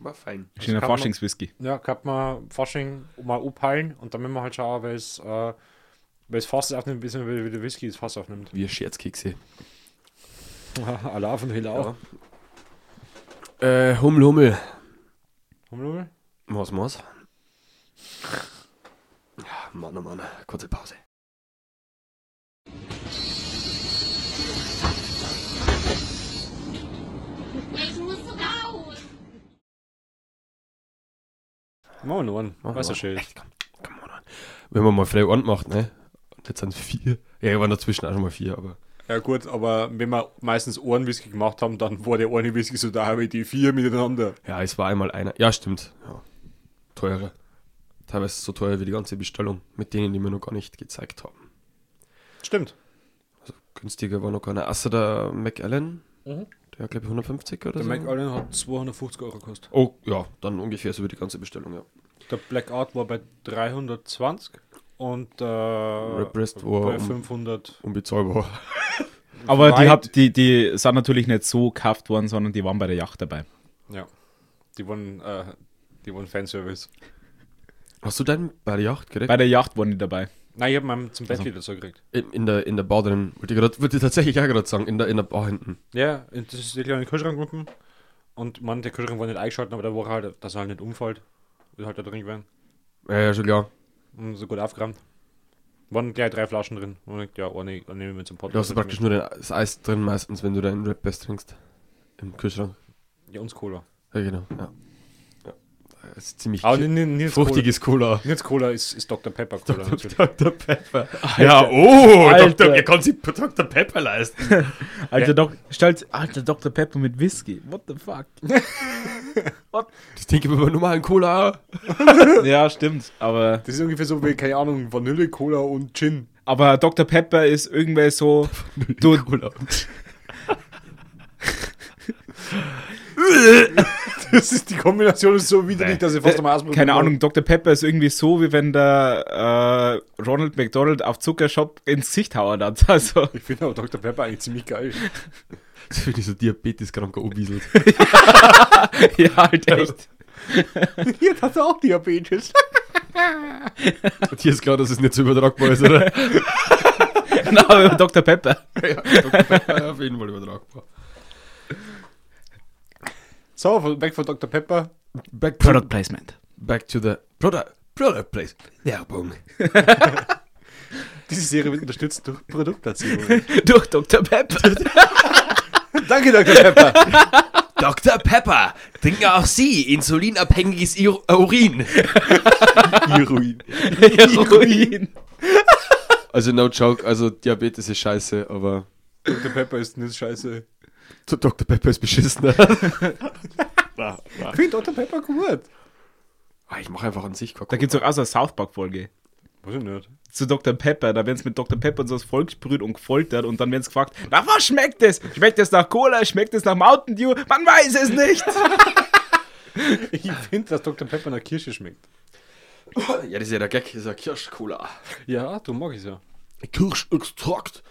War fein. Schöner kann man- Faschingswhisky. Ja, kann man Fasching mal upeilen und dann müssen wir halt schauen, weil es, äh, weil es Fass aufnimmt, bis man wieder Whisky das Fass aufnimmt. Wir Scherzkekse. Allah von Hill Ja. Äh, Hummel, Hummel. Ja. Was, was? Ja, Mann, oh Mann, kurze Pause. Ich muss raus. Machen wir noch einen. Machen Weißt du, wir. schön. Echt, komm, komm on. Wenn man mal Flavor macht, ne? Und jetzt sind es vier. Ja, waren dazwischen auch schon mal vier, aber. Ja gut, aber wenn wir meistens Ohrenwhisky gemacht haben, dann war der Ohrenwhisky so da wie die vier miteinander. Ja, es war einmal einer. Ja, stimmt. Ja. Teure. Teilweise so teuer wie die ganze Bestellung. Mit denen, die wir noch gar nicht gezeigt haben. Stimmt. Günstiger war noch keiner. Außer der McAllen. Mhm. Der hat, glaube ich, 150 oder Der so. Mac Allen hat 250 Euro gekostet. oh, ja, dann ungefähr so wie die ganze Bestellung, ja. Der Blackout war bei 320 und äh, Repressed war bei um- 500. Unbezahlbar. Aber die, Weit- hab, die, die sind natürlich nicht so gekauft worden, sondern die waren bei der Yacht dabei. Ja. Die waren, äh, die waren Fanservice. Hast du deinen bei der Yacht gekriegt? Bei der Yacht waren die dabei. Nein, ich habe meinen zum Also- Bett wieder zugekriegt. In, in der, in der Bar drin. Wollte ich, grad, wollte ich tatsächlich auch gerade sagen. In der, in der Bar hinten. Ja, und das ist der kleine Kühlschrank unten. Und man, der Kühlschrank war nicht eingeschalten, aber da war halt, dass er halt nicht umfällt. Ist halt da drin gewesen. Ja, ja, schon klar. Und so gut aufgerammt. Waren gleich drei Flaschen drin. Und ich, ja, eine, eine nehmen wir zum Podcast. Du hast also praktisch nur den, das Eis drin meistens, wenn du deinen Red Best trinkst. Im Kühlschrank. Ja, uns Cola. Ja, genau. Ja. ja. Das ist ziemlich Aber nicht, nicht jetzt fruchtiges Cola. Cola. Nicht Cola ist, ist Dr. Pepper Cola natürlich. Dr. Pepper. Ja, oh, Alter. Dr. ihr könnt sich Dr. Pepper leisten. Alter, Doc, stellt, alter Dr. Pepper mit Whisky. What the fuck? Ich denke mir nur mal einen Cola. ja, stimmt. Aber, Das ist ungefähr so wie, keine Ahnung, Vanille, Cola und Gin. aber Dr. Pepper ist irgendwie so. du, Das ist die Kombination ist so widerlich, dass ich fast einmal ausprobieren Äh, keine will. Ahnung, Dr. Pepper ist irgendwie so, wie wenn der äh, Ronald McDonald auf Zuckershop ins Gesicht hauen hat. Also, Ich finde aber Dr. Pepper eigentlich ziemlich geil. Das finde ich so diabeteskranker Obwiesel. ja, halt echt. Jetzt hast du auch Diabetes. Und hier ist klar, dass es nicht so übertragbar ist, oder? Na, aber Dr. Pepper. ja, Dr. Pepper, ja, auf jeden Fall übertragbar. So, von- weg von Dr. Pepper. Back to, Product Placement. back to the product, product place. Werbung. Diese Serie wird unterstützt durch Produktplatzierungen. Durch Dr. Pepper. Danke, Dr. Pepper. Dr. Pepper, trinken auch Sie insulinabhängiges Ir Urin. Heroin. Heroin. Also no joke, also Diabetes ist scheiße, aber Dr. Pepper ist nicht scheiße. Dr. Pepper ist beschissen. Ich finde Dr. Pepper gut. Ah, ich mache einfach an sich Da gibt es auch so eine South Park-Folge. Weiß ich nicht. zu Dr. Pepper. Da werden sie mit Dr. Pepper und so das Volk sprüht und gefoltert und dann werden sie gefragt, nach was schmeckt es? Schmeckt es nach Cola? Schmeckt es nach Mountain Dew? Man weiß es nicht. Also Ich finde, dass Dr. Pepper nach Kirsche schmeckt. Ja, das ist ja der Gag, das ist ja Kirschcola. Ja, du mag es ja. Kirschextrakt.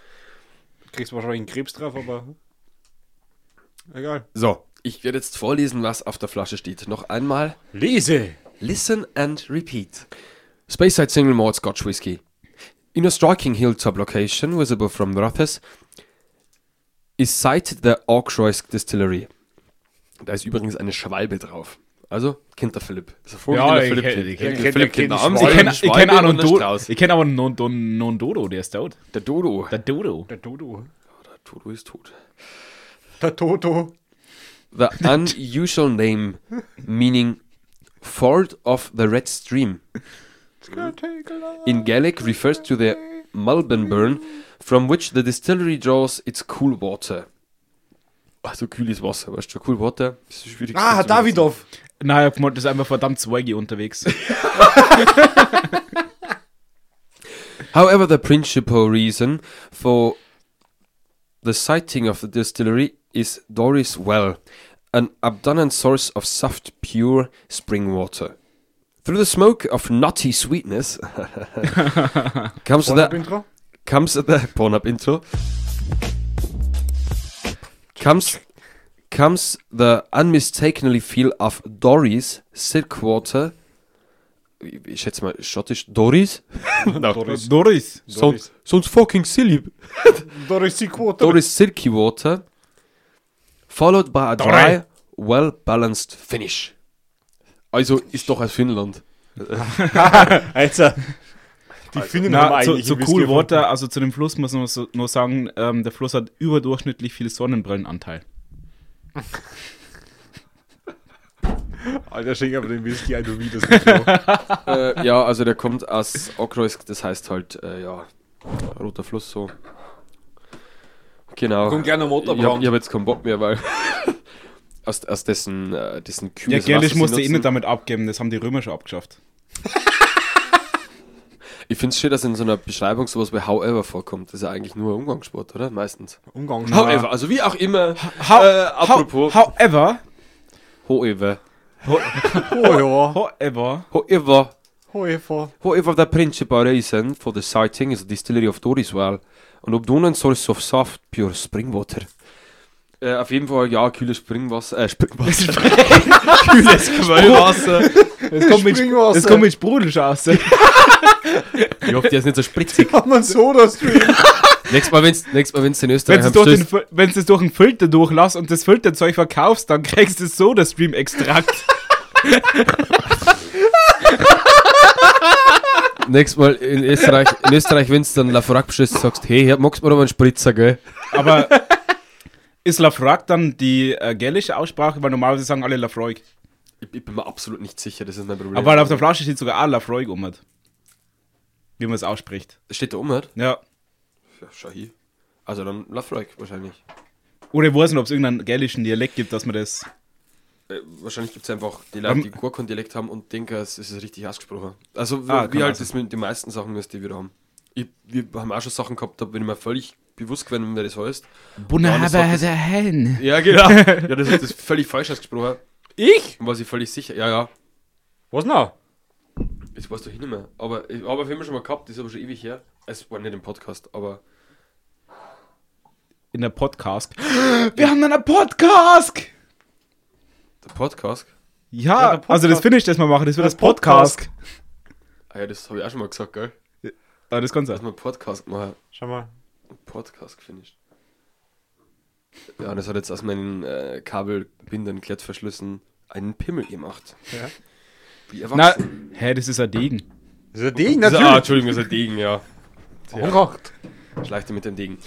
Kriegst wahrscheinlich einen Krebs drauf, aber. Egal. So, ich werde jetzt vorlesen, was auf der Flasche steht. Noch einmal. Lese! Listen and repeat. Speyside Single Malt Scotch Whisky. In a striking hilltop location visible from Rothes, ist seit der Orkshoys Distillery. Da ist übrigens eine Schwalbe drauf. Also, kennt der Philipp. Das ist ein Vogel, Ja, den ich der kenn- Philipp ich kennt. kenn- Der Philipp kenn- kennt den Arm, ich Ich Schwalbe kenn- kenne ich kenn auch Schwalbe einen und einen Dodo. Strauß. Ich kenne auch einen non, non, non Dodo, der ist tot. Der Dodo. Der Dodo. Der Dodo. Der Dodo ist tot. Der Toto. The unusual name, meaning Ford of the Red Stream. In Gaelic refers to the Mulbenburn, from which the distillery draws its cool water. Ah, Also kühles Wasser, weißt du, schon, cool water. Das ist schwierig. Ah, zu übersetzen. Davidov. Naja, guck mal, das ist einfach verdammt swaggy unterwegs. However, the principal reason for the sighting of the distillery is Doris Well, an abundant source of soft, pure spring water. Through the smoke of nutty sweetness comes the Intro. comes the Pornhub intro comes comes the unmistakably feel of Doris silk water. Ich ich schätze mal schottisch Doris. Doris. Doris. Sounds, sounds fucking silly. Doris die Quote. Doris silky water, followed by a dry, well balanced finish. Also ist doch aus Finnland. also, Alter. Die finden Na, aber zu, eigentlich zu ein Whisky Cool erfunden. Water, also zu dem Fluss muss man so, nur sagen, ähm, der Fluss hat überdurchschnittlich viel Sonnenbrillenanteil. Alter, schenk aber den Whisky ein, du wie das nicht äh, ja, also der kommt aus Okroisk, das heißt halt, äh, ja, roter Fluss so. Genau. Kommt gerne ein Motorbrand. Ich habe hab jetzt keinen Bock mehr, weil aus, aus dessen, äh, dessen Ja, kühles Gälisch Wasser sie musste eh nutzen. nicht damit abgeben, das haben die Römer schon abgeschafft. Ich finde es schön, dass in so einer Beschreibung sowas bei However vorkommt. Das ist ja eigentlich nur Umgangssport, oder? Meistens. Umgang. However, also wie auch immer. How, äh, apropos. How, however, however. Oh ja. however, However. Hoefer. However, the principal reason for the sighting is the distillery of Doriswell, an abundant source of soft, pure spring water. Äh, auf jeden Fall, ja, kühles Springwasser, äh, Springwasser, kühles Quellwasser. es kommt mit, Springwasser. es kommt mit Sprudel schon aus. Ich hoffe, der ist nicht so spritzig. Kann man Soda Stream. Nächstes Mal, wenn's, nächstes Mal, wenn's in Wenn du Österreich es durch, den hamstößt, Fil- wenn's es durch einen Filter durchlässt und das Filterzeug verkaufst, dann kriegst du Soda-Stream-Extrakt. nächstes Mal in Österreich, in Österreich, wenn's dann Lafrak bestößt, sagst, hey, hier, magst du mir noch mal einen Spritzer, gell? Aber ist Lafroig dann die äh, gälische Aussprache? Weil normalerweise sagen alle Lafroig. Ich, bin mir absolut nicht sicher, das ist mein Problem. Aber weil auf der Flasche steht sogar auch Lafroig um. Wie man es ausspricht. Steht da um, halt? Ja. Ja, schau hier. Also dann Lafrak wahrscheinlich. Oder ich weiß nicht, ob es irgendeinen gälischen Dialekt gibt, dass man das. Äh, wahrscheinlich gibt es einfach die Ähm, Leute, die Gurkon-Dialekt haben und denken, es ist richtig ausgesprochen. Also, Ah, wie kann halt auch sein. das mit den meisten Sachen ist, die wir da haben. Ich, wir haben auch schon Sachen gehabt, da bin ich mir völlig bewusst gewesen, wie das heißt. Ja, das hat das- Hen. Ja, genau. ja, das hat das völlig falsch ausgesprochen. Ich? Und war ich völlig sicher. Ja, ja. Was noch? Jetzt weißt du hin nicht mehr. Aber ich habe auf jeden Fall schon mal gehabt, das ist aber schon ewig her. Es war nicht im Podcast, aber. In der Podcast. Wir haben einen Podcast! Der Podcast? Ja, Ja, der Podcast. also das Finish, das wir machen, das wird das Podcast. Podcast. Ah ja, das habe ich auch schon mal gesagt, gell? Ah, das kann's Dass sein. wir einen Podcast machen. Schau mal. Podcast gefinisht. Ja, das hat jetzt aus meinen äh, Kabelbindern, Klettverschlüssen einen Pimmel gemacht. Ja. Wie Na, erwachsen. hä, das ist ein Degen. Das ist ein Ding, Na, ah, natürlich. Entschuldigung, das ist ein Degen, ja. Umgebracht. Schlechte mit dem Degen.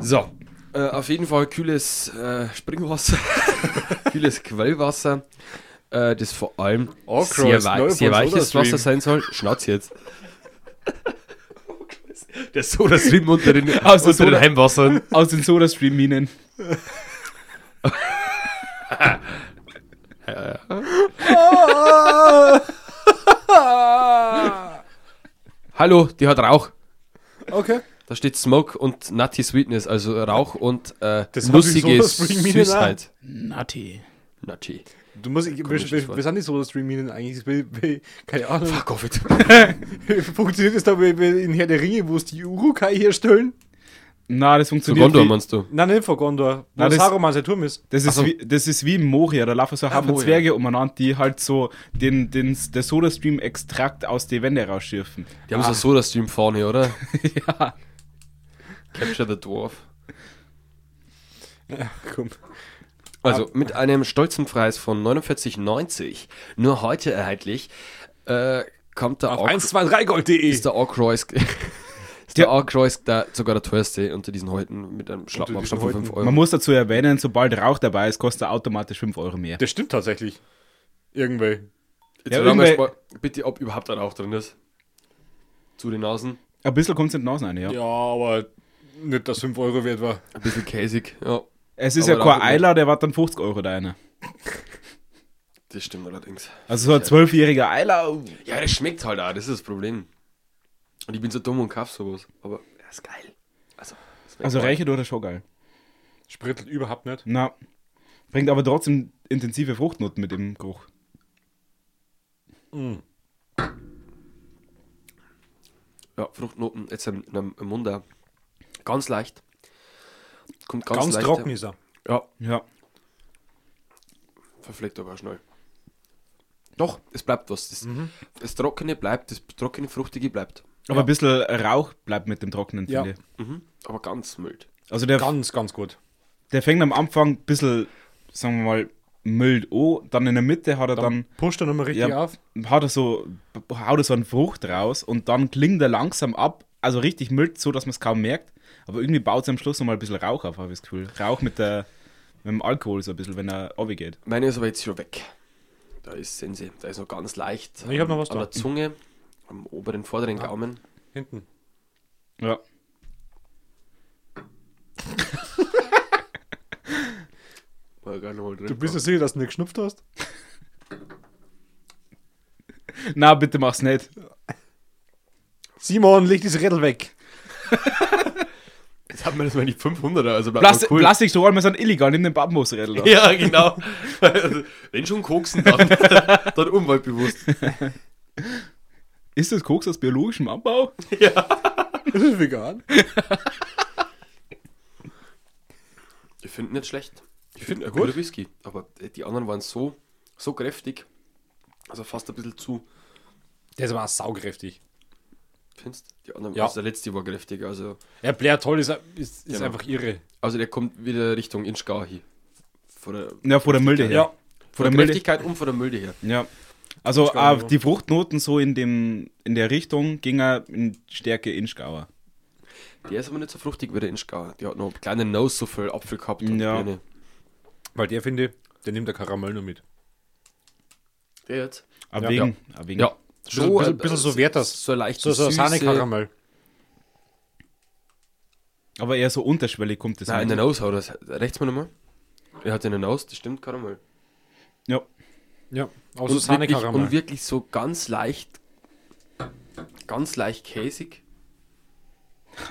So, äh, auf jeden Fall kühles äh, Springwasser, kühles Quellwasser, äh, das vor allem Oh, sehr, Christ, wei neu sehr von weiches SodaStream. Wasser sein soll. Schnauze jetzt. Der Soda-Stream unter den, Aus der unter den Soda- Heimwassern. also Aus den Soda-Stream-Minen. Ah. Hallo, die hat Rauch. Okay. Da steht Smoke und Nutty Sweetness, also Rauch und äh, Das hab ich nussige so aus Bring Me The Süßheit. Nutty. Nutty. Du musst, ich, wir, Komisches wir, Wort. wir sind nicht so das Streaming eigentlich. Wir, wir, keine Ahnung. Fuck off it. Funktioniert es da wie- wie in Herr der Ringe, wo es die Urukai herstellen? Na, das Zu funktioniert. Gondor wie, meinst du? Nein, nicht vor Gondor. Na, Wo das- Saruman sein Turm ist. das, ist Ach so. wie, das ist wie im Moria, da laufen so Haufen Moria. Zwerge umeinander, die halt so den, den, der Soda-Stream-Extrakt aus den Wände rausschürfen. Die haben so so das Stream vorne, oder? ja. Capture the Dwarf. Komm. Also mit einem stolzen Preis von 49,90, nur heute erhältlich, äh, kommt der Auf Ork- 123gold.de. ist der Orkroysk ist der Orkroysk da sogar der teuerste unter diesen Häuten mit einem diesen Schlappenabstand von 5 Häuten. Euro. Man muss dazu erwähnen, sobald Rauch dabei ist, kostet er automatisch 5 Euro mehr. Das stimmt tatsächlich. Irgendwie. Jetzt Ja, fragen irgendwel- wir erst mal, bitte, ob überhaupt ein Rauch drin ist. Zu den Nasen. Ein bisschen kommt es in die Nase rein, ja. Ja, aber nicht, dass 5 Euro wert war. Ein bisschen käsig. Ja, Es ist ja Aber Rauch kein wird- Eiler, der war dann 50 Euro deiner. das stimmt allerdings. Also so ein zwölfjähriger Eiler. oh, Ja, das schmeckt halt auch, das ist das Problem. Und ich bin so dumm und kauf sowas. Aber das ist geil. Also, das schmeckt Also geil. reiche oder schon geil. Sprittelt überhaupt nicht. Na, bringt aber trotzdem intensive Fruchtnoten mit dem Geruch. Ja, Fruchtnoten jetzt im, im im Mund auch. Ganz leicht. Kommt ganz, Ganz, leicht. trocken ist er. Ja, Ja. verfleckt aber auch schnell. Doch, es bleibt was. Das, Mhm. das Trockene bleibt, das trockene Fruchtige bleibt. Aber ein bisschen Rauch bleibt mit dem Trockenen, Ja. finde ich. Mhm. Aber ganz mild. Also der, Ganz, ganz gut. der fängt am Anfang ein bisschen, sagen wir mal, mild an, dann in der Mitte hat er Dann dann, pusht er nochmal richtig ja, auf. hat er so, haut er so einen Frucht raus und dann klingt er langsam ab, also richtig mild, so dass man es kaum merkt. Aber irgendwie baut es am Schluss nochmal ein bisschen Rauch auf, habe ich das Gefühl. Rauch mit, der, mit dem Alkohol so ein bisschen, wenn er runtergeht. Meine ist aber jetzt schon weg. Da ist, sehen Sie, da ist noch ganz leicht. Ich hab noch was An da. Ah. der Zunge, am oberen, vorderen Gaumen. Hinten. Ja. War gar nicht mal drin. Du bist ja sicher, dass du nicht geschnupft hast? Na, bitte mach's nicht. Simon, leg dieses Rädel weg. Jetzt haben wir das mal die 500er, also bleibt Plastik, mal cool. Plastikstrohhalme sind illegal, nimm den Bambusredel. da. Ja, genau. Also, Wenn schon koksen, dann, dann umweltbewusst. Ist das Koks aus biologischem Anbau? Das ist vegan. Ich finde nicht schlecht. Ich finde ein guter Whisky. Aber äh, die anderen waren so, so kräftig. Also fast ein bisschen zu. Der ist aber auch saugkräftig. Findest du? Die anderen, Ja. also der letzte war kräftig. Also, Ja, Blair Toll ist, ist, ist Genau. einfach irre. also der kommt wieder Richtung Inchgahi. Von der, Ja, vor der Milde her. von der, der Milde- Kräftigkeit und von der Milde her. Ja. Also Inchgauer, äh, ja. die Fruchtnoten so in, dem, in der Richtung ging er in Stärke Inschgauer. Der ist aber nicht so fruchtig wie der Inchgahi. Der hat noch einen kleinen Nose so viel Apfel gehabt. Und Ja. Birne. Weil der finde, ich, der nimmt der Karamell nur mit. Der jetzt? Ab Ja. wegen. ab wegen. Ja. Bisschen, So, bisschen, äh, bisschen so wert das. So eine leichte So, so Sahne Süße. Karamell. Aber eher so unterschwellig kommt das. Nein, in an. der Nose haut das. Rechts mal nochmal. Er hat in der Nose, das stimmt, Karamell. ja. Ja, auch so Und, Sahne wirklich, und Karamell. wirklich so ganz leicht, ganz leicht käsig.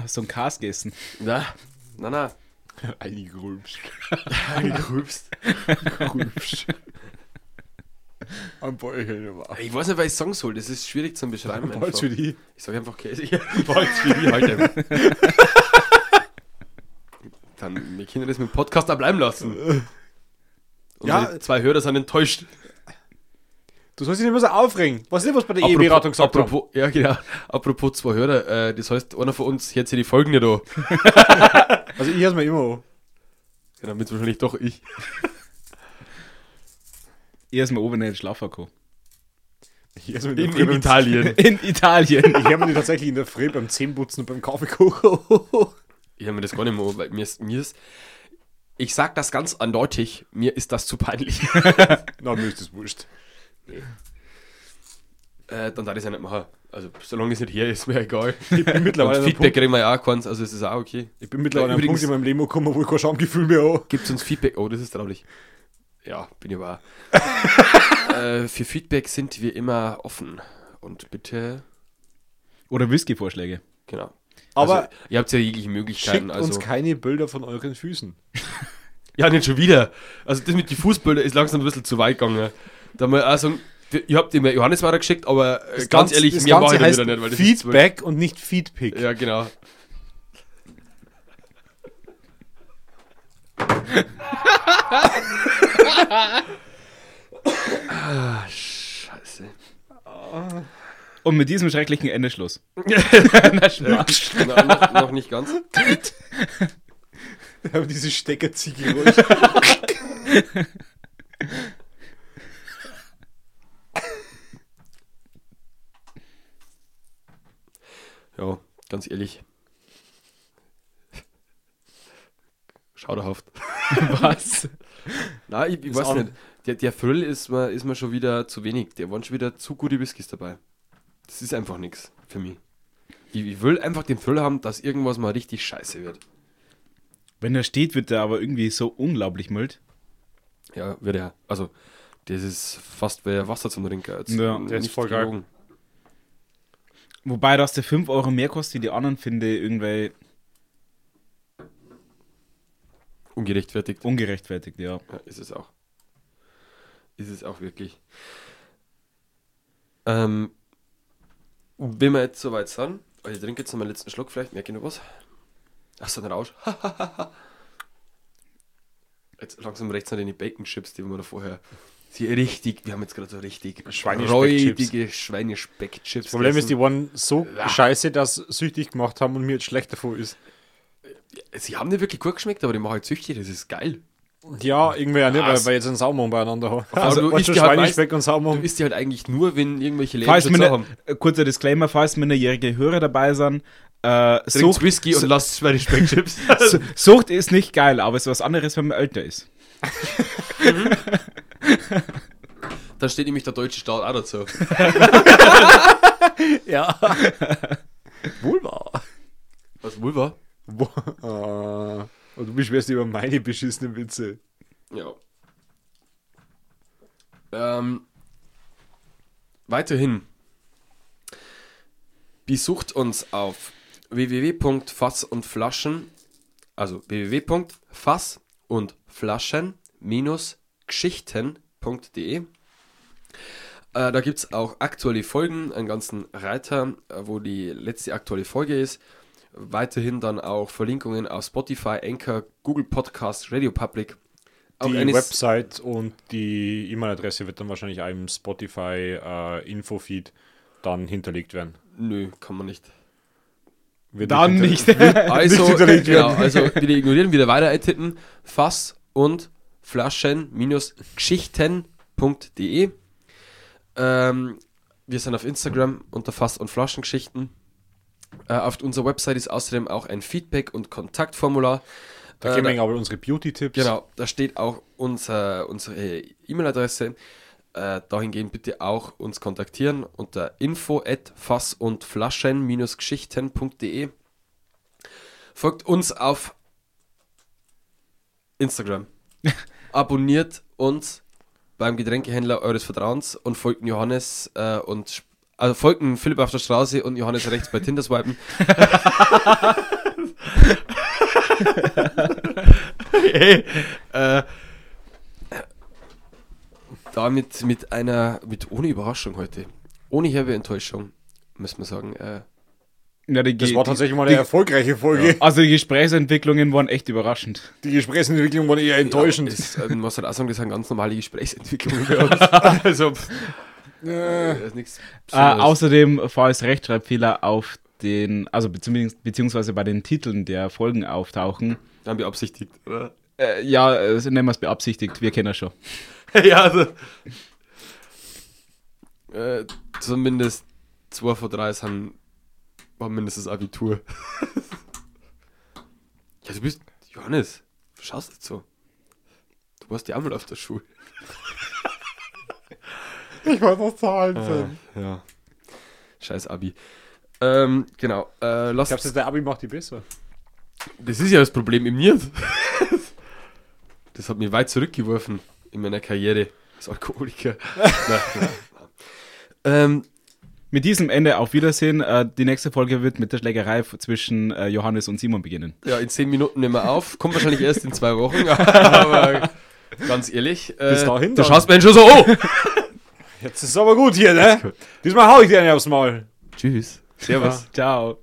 So ein Kas gegessen. Na, na, na. Eingerülpst. Gerülpst. Ein Bäuchchen immer. Ich weiß nicht, was ich sagen soll. Das ist schwierig zu beschreiben. Bald Einfach. für die. Ich sage einfach käsig. Bald für die halt einfach. Dann, wir können das mit dem Podcast da bleiben lassen. Ja. Unsere zwei Hörer sind enttäuscht. Du sollst dich nicht mehr so aufregen. Was ist denn, was bei der E-Beratung gesagt haben? apropos, Ja, genau. Apropos zwei Hörer. Äh, das heißt, einer von uns hört sich die Folgen nicht an. Also ich hör's mir immer an. Ja, damit Genau, wahrscheinlich doch ich. Er ist mal oben in den Schlafaco. Ich hör's mir in, der In, Früh beim- Italien. In Italien. Ich hör mir die tatsächlich in der Früh beim Zehnputzen und beim Kaffee kochen. Ich habe mir das gar nicht mehr, an, weil mir ist, mir ist, ich sag das ganz andeutig, mir ist das zu peinlich. Na, mir ist das wurscht. äh, dann darf ich es ja nicht machen. Also, solange es nicht her ist, mir egal. Ich bin mittlerweile Und an einem Feedback Punkt, kriegen wir ja auch keins, also es ist auch okay. ich bin mittlerweile an einem Übrigens- Punkt in meinem Leben gekommen, wo ich kein Schamgefühl mehr habe. Gibt uns Feedback? Oh, das ist traurig. Ja, bin ich aber auch. äh, Für Feedback sind wir immer offen. Und bitte, Oder Whisky-Vorschläge. genau. Aber also, ihr habt ja jegliche Möglichkeiten. schickt also. uns keine Bilder von euren Füßen. Ja, nicht schon wieder. Also das mit den Fußbildern ist langsam ein bisschen zu weit gegangen. Da mal auch sagen, wir- ihr habt ihm ja Johanneswader geschickt, aber äh, ganz, ehrlich, das mir mache Ganze ich das heißt wieder nicht, weil das ist zu wild. Feedback und nicht Feedpick. Ja, genau. Ah, Scheiße. Und mit diesem schrecklichen Endeschluss. Genau, Na, noch, noch nicht ganz. Aber diese Steckerziege Ja, ganz ehrlich. Schauderhaft. Was? Nein, ich, ich Ist weiß auch- nicht. Der, der Thrill ist mir, ist mir schon wieder zu wenig. Der waren schon wieder zu gute Whiskys dabei. Das ist einfach nichts für mich. Ich, ich will einfach den Thrill haben, dass irgendwas mal richtig scheiße wird. Wenn er steht, wird er aber irgendwie so unglaublich mild. Ja, wird er. Also, das ist fast wie Wasser zum Trinken. Jetzt Ja, der ist nicht voll geil. gelogen. Wobei, dass der 5 Euro mehr kostet, wie die anderen, finde ich irgendwie Ungerechtfertigt. ungerechtfertigt, ja. Ja, ist es auch. Ist es auch wirklich. Ähm, wenn wir jetzt soweit sind, also ich trinke jetzt noch meinen letzten Schluck, vielleicht merke ich noch was. Ach, so ein Rausch. jetzt langsam rechts noch die Bacon Chips, die wir da vorher. Sie richtig, wir haben jetzt gerade so richtig Schweinespeck-Chips. räudige Schweinespeck-Chips. Das Problem ist, die gegessen. waren so scheiße, dass sie süchtig gemacht haben und mir jetzt schlecht davor ist. Sie haben nicht wirklich gut geschmeckt, aber die machen halt süchtig, das ist geil. Ja, irgendwie ja nicht, weil Was? wir jetzt einen Saumon beieinander haben. Also, du Weißt isst du die halt Schweinespeck meist- und Du Saumon. isst die halt eigentlich nur, wenn irgendwelche Falls Lebensmittel meine, haben. äh, kurzer Disclaimer, falls minderjährige Hörer dabei sind, äh, Trinkt Sucht, Whisky und lasst Schweinespeck-Chips. Su- Sucht ist nicht geil, aber es ist was anderes, wenn man älter ist. Da steht nämlich der deutsche Staat auch dazu. Ja. Vulva. Was Vulva? Wo- Ah. Und du beschwerst dich über meine beschissenen Witze. Ja. Ähm, weiterhin. Besucht uns auf www.fass und Flaschen, also www.fass und Flaschen-geschichten.de. Äh, da gibt es auch aktuelle Folgen, einen ganzen Reiter, äh, wo die letzte aktuelle Folge ist. Weiterhin dann auch Verlinkungen auf Spotify, Anchor, Google Podcast, Radio Public. Auch Die eine- Website und die E-Mail-Adresse wird dann wahrscheinlich einem Spotify-Infofeed äh, dann hinterlegt werden. Nö, kann man nicht. Wird Dann hinter- nicht. Also, hinterlegt genau, also wieder ignorieren, wieder weiter eintippen. Fass und Flaschen-Geschichten.de. Ähm, wir sind auf Instagram unter Fass und Flaschengeschichten. Äh, auf unserer Website ist außerdem auch ein Feedback- und Kontaktformular. Da Äh, geben da- wir Ihnen aber unsere Beauty-Tipps. Genau, da steht auch unser, unsere E-Mail-Adresse. Äh, dahingehend bitte auch uns kontaktieren unter info at fass und flaschen-geschichten.de. Folgt uns auf Instagram. Abonniert uns beim Getränkehändler eures Vertrauens und folgt dem Johannes äh, und Sp- also folgen Philipp auf der Straße und Johannes rechts bei Tinder swipen. hey, äh, damit mit einer, mit ohne Überraschung heute, ohne herbe Enttäuschung, müssen wir sagen, äh, Ja, die, Das Ge- war tatsächlich mal die, eine erfolgreiche Folge. Also die Gesprächsentwicklungen waren echt überraschend. Die Gesprächsentwicklung war eher enttäuschend. Ist, äh, man muss halt auch sagen, das sind ganz normale Gesprächsentwicklungen bei uns. also, pff, Äh, das ist nichts Äh, außerdem, falls Rechtschreibfehler auf den, also beziehungs- beziehungsweise bei den Titeln der Folgen auftauchen, Dann beabsichtigt. Oder? äh, ja, äh, nennen wir es beabsichtigt, wir kennen es schon. ja, also. Äh, zumindest zwei von drei sind, haben mindestens Abitur. ja, du bist. Johannes, du schaust nicht so. Du warst ja einmal auf der Schule. ich weiß noch Zahlen sind. Ja. Scheiß Abi. Ähm, genau. Äh, lass Glaubst du, der Abi macht die besser? Das ist ja das Problem im Niert. Das hat mich weit zurückgeworfen in meiner Karriere als Alkoholiker. Nein, nein, nein. ähm, Mit diesem Ende auf Wiedersehen. Äh, die nächste Folge wird mit der Schlägerei f- zwischen äh, Johannes und Simon beginnen. ja, in zehn Minuten nehmen wir auf. Kommt wahrscheinlich erst in zwei Wochen. Aber ganz ehrlich, äh, Bis dahin da dann. schaust du mir schon so, oh! Jetzt ist es aber gut hier, ne? Diesmal hau ich dir eine aufs Maul. Tschüss. Servus. Ciao.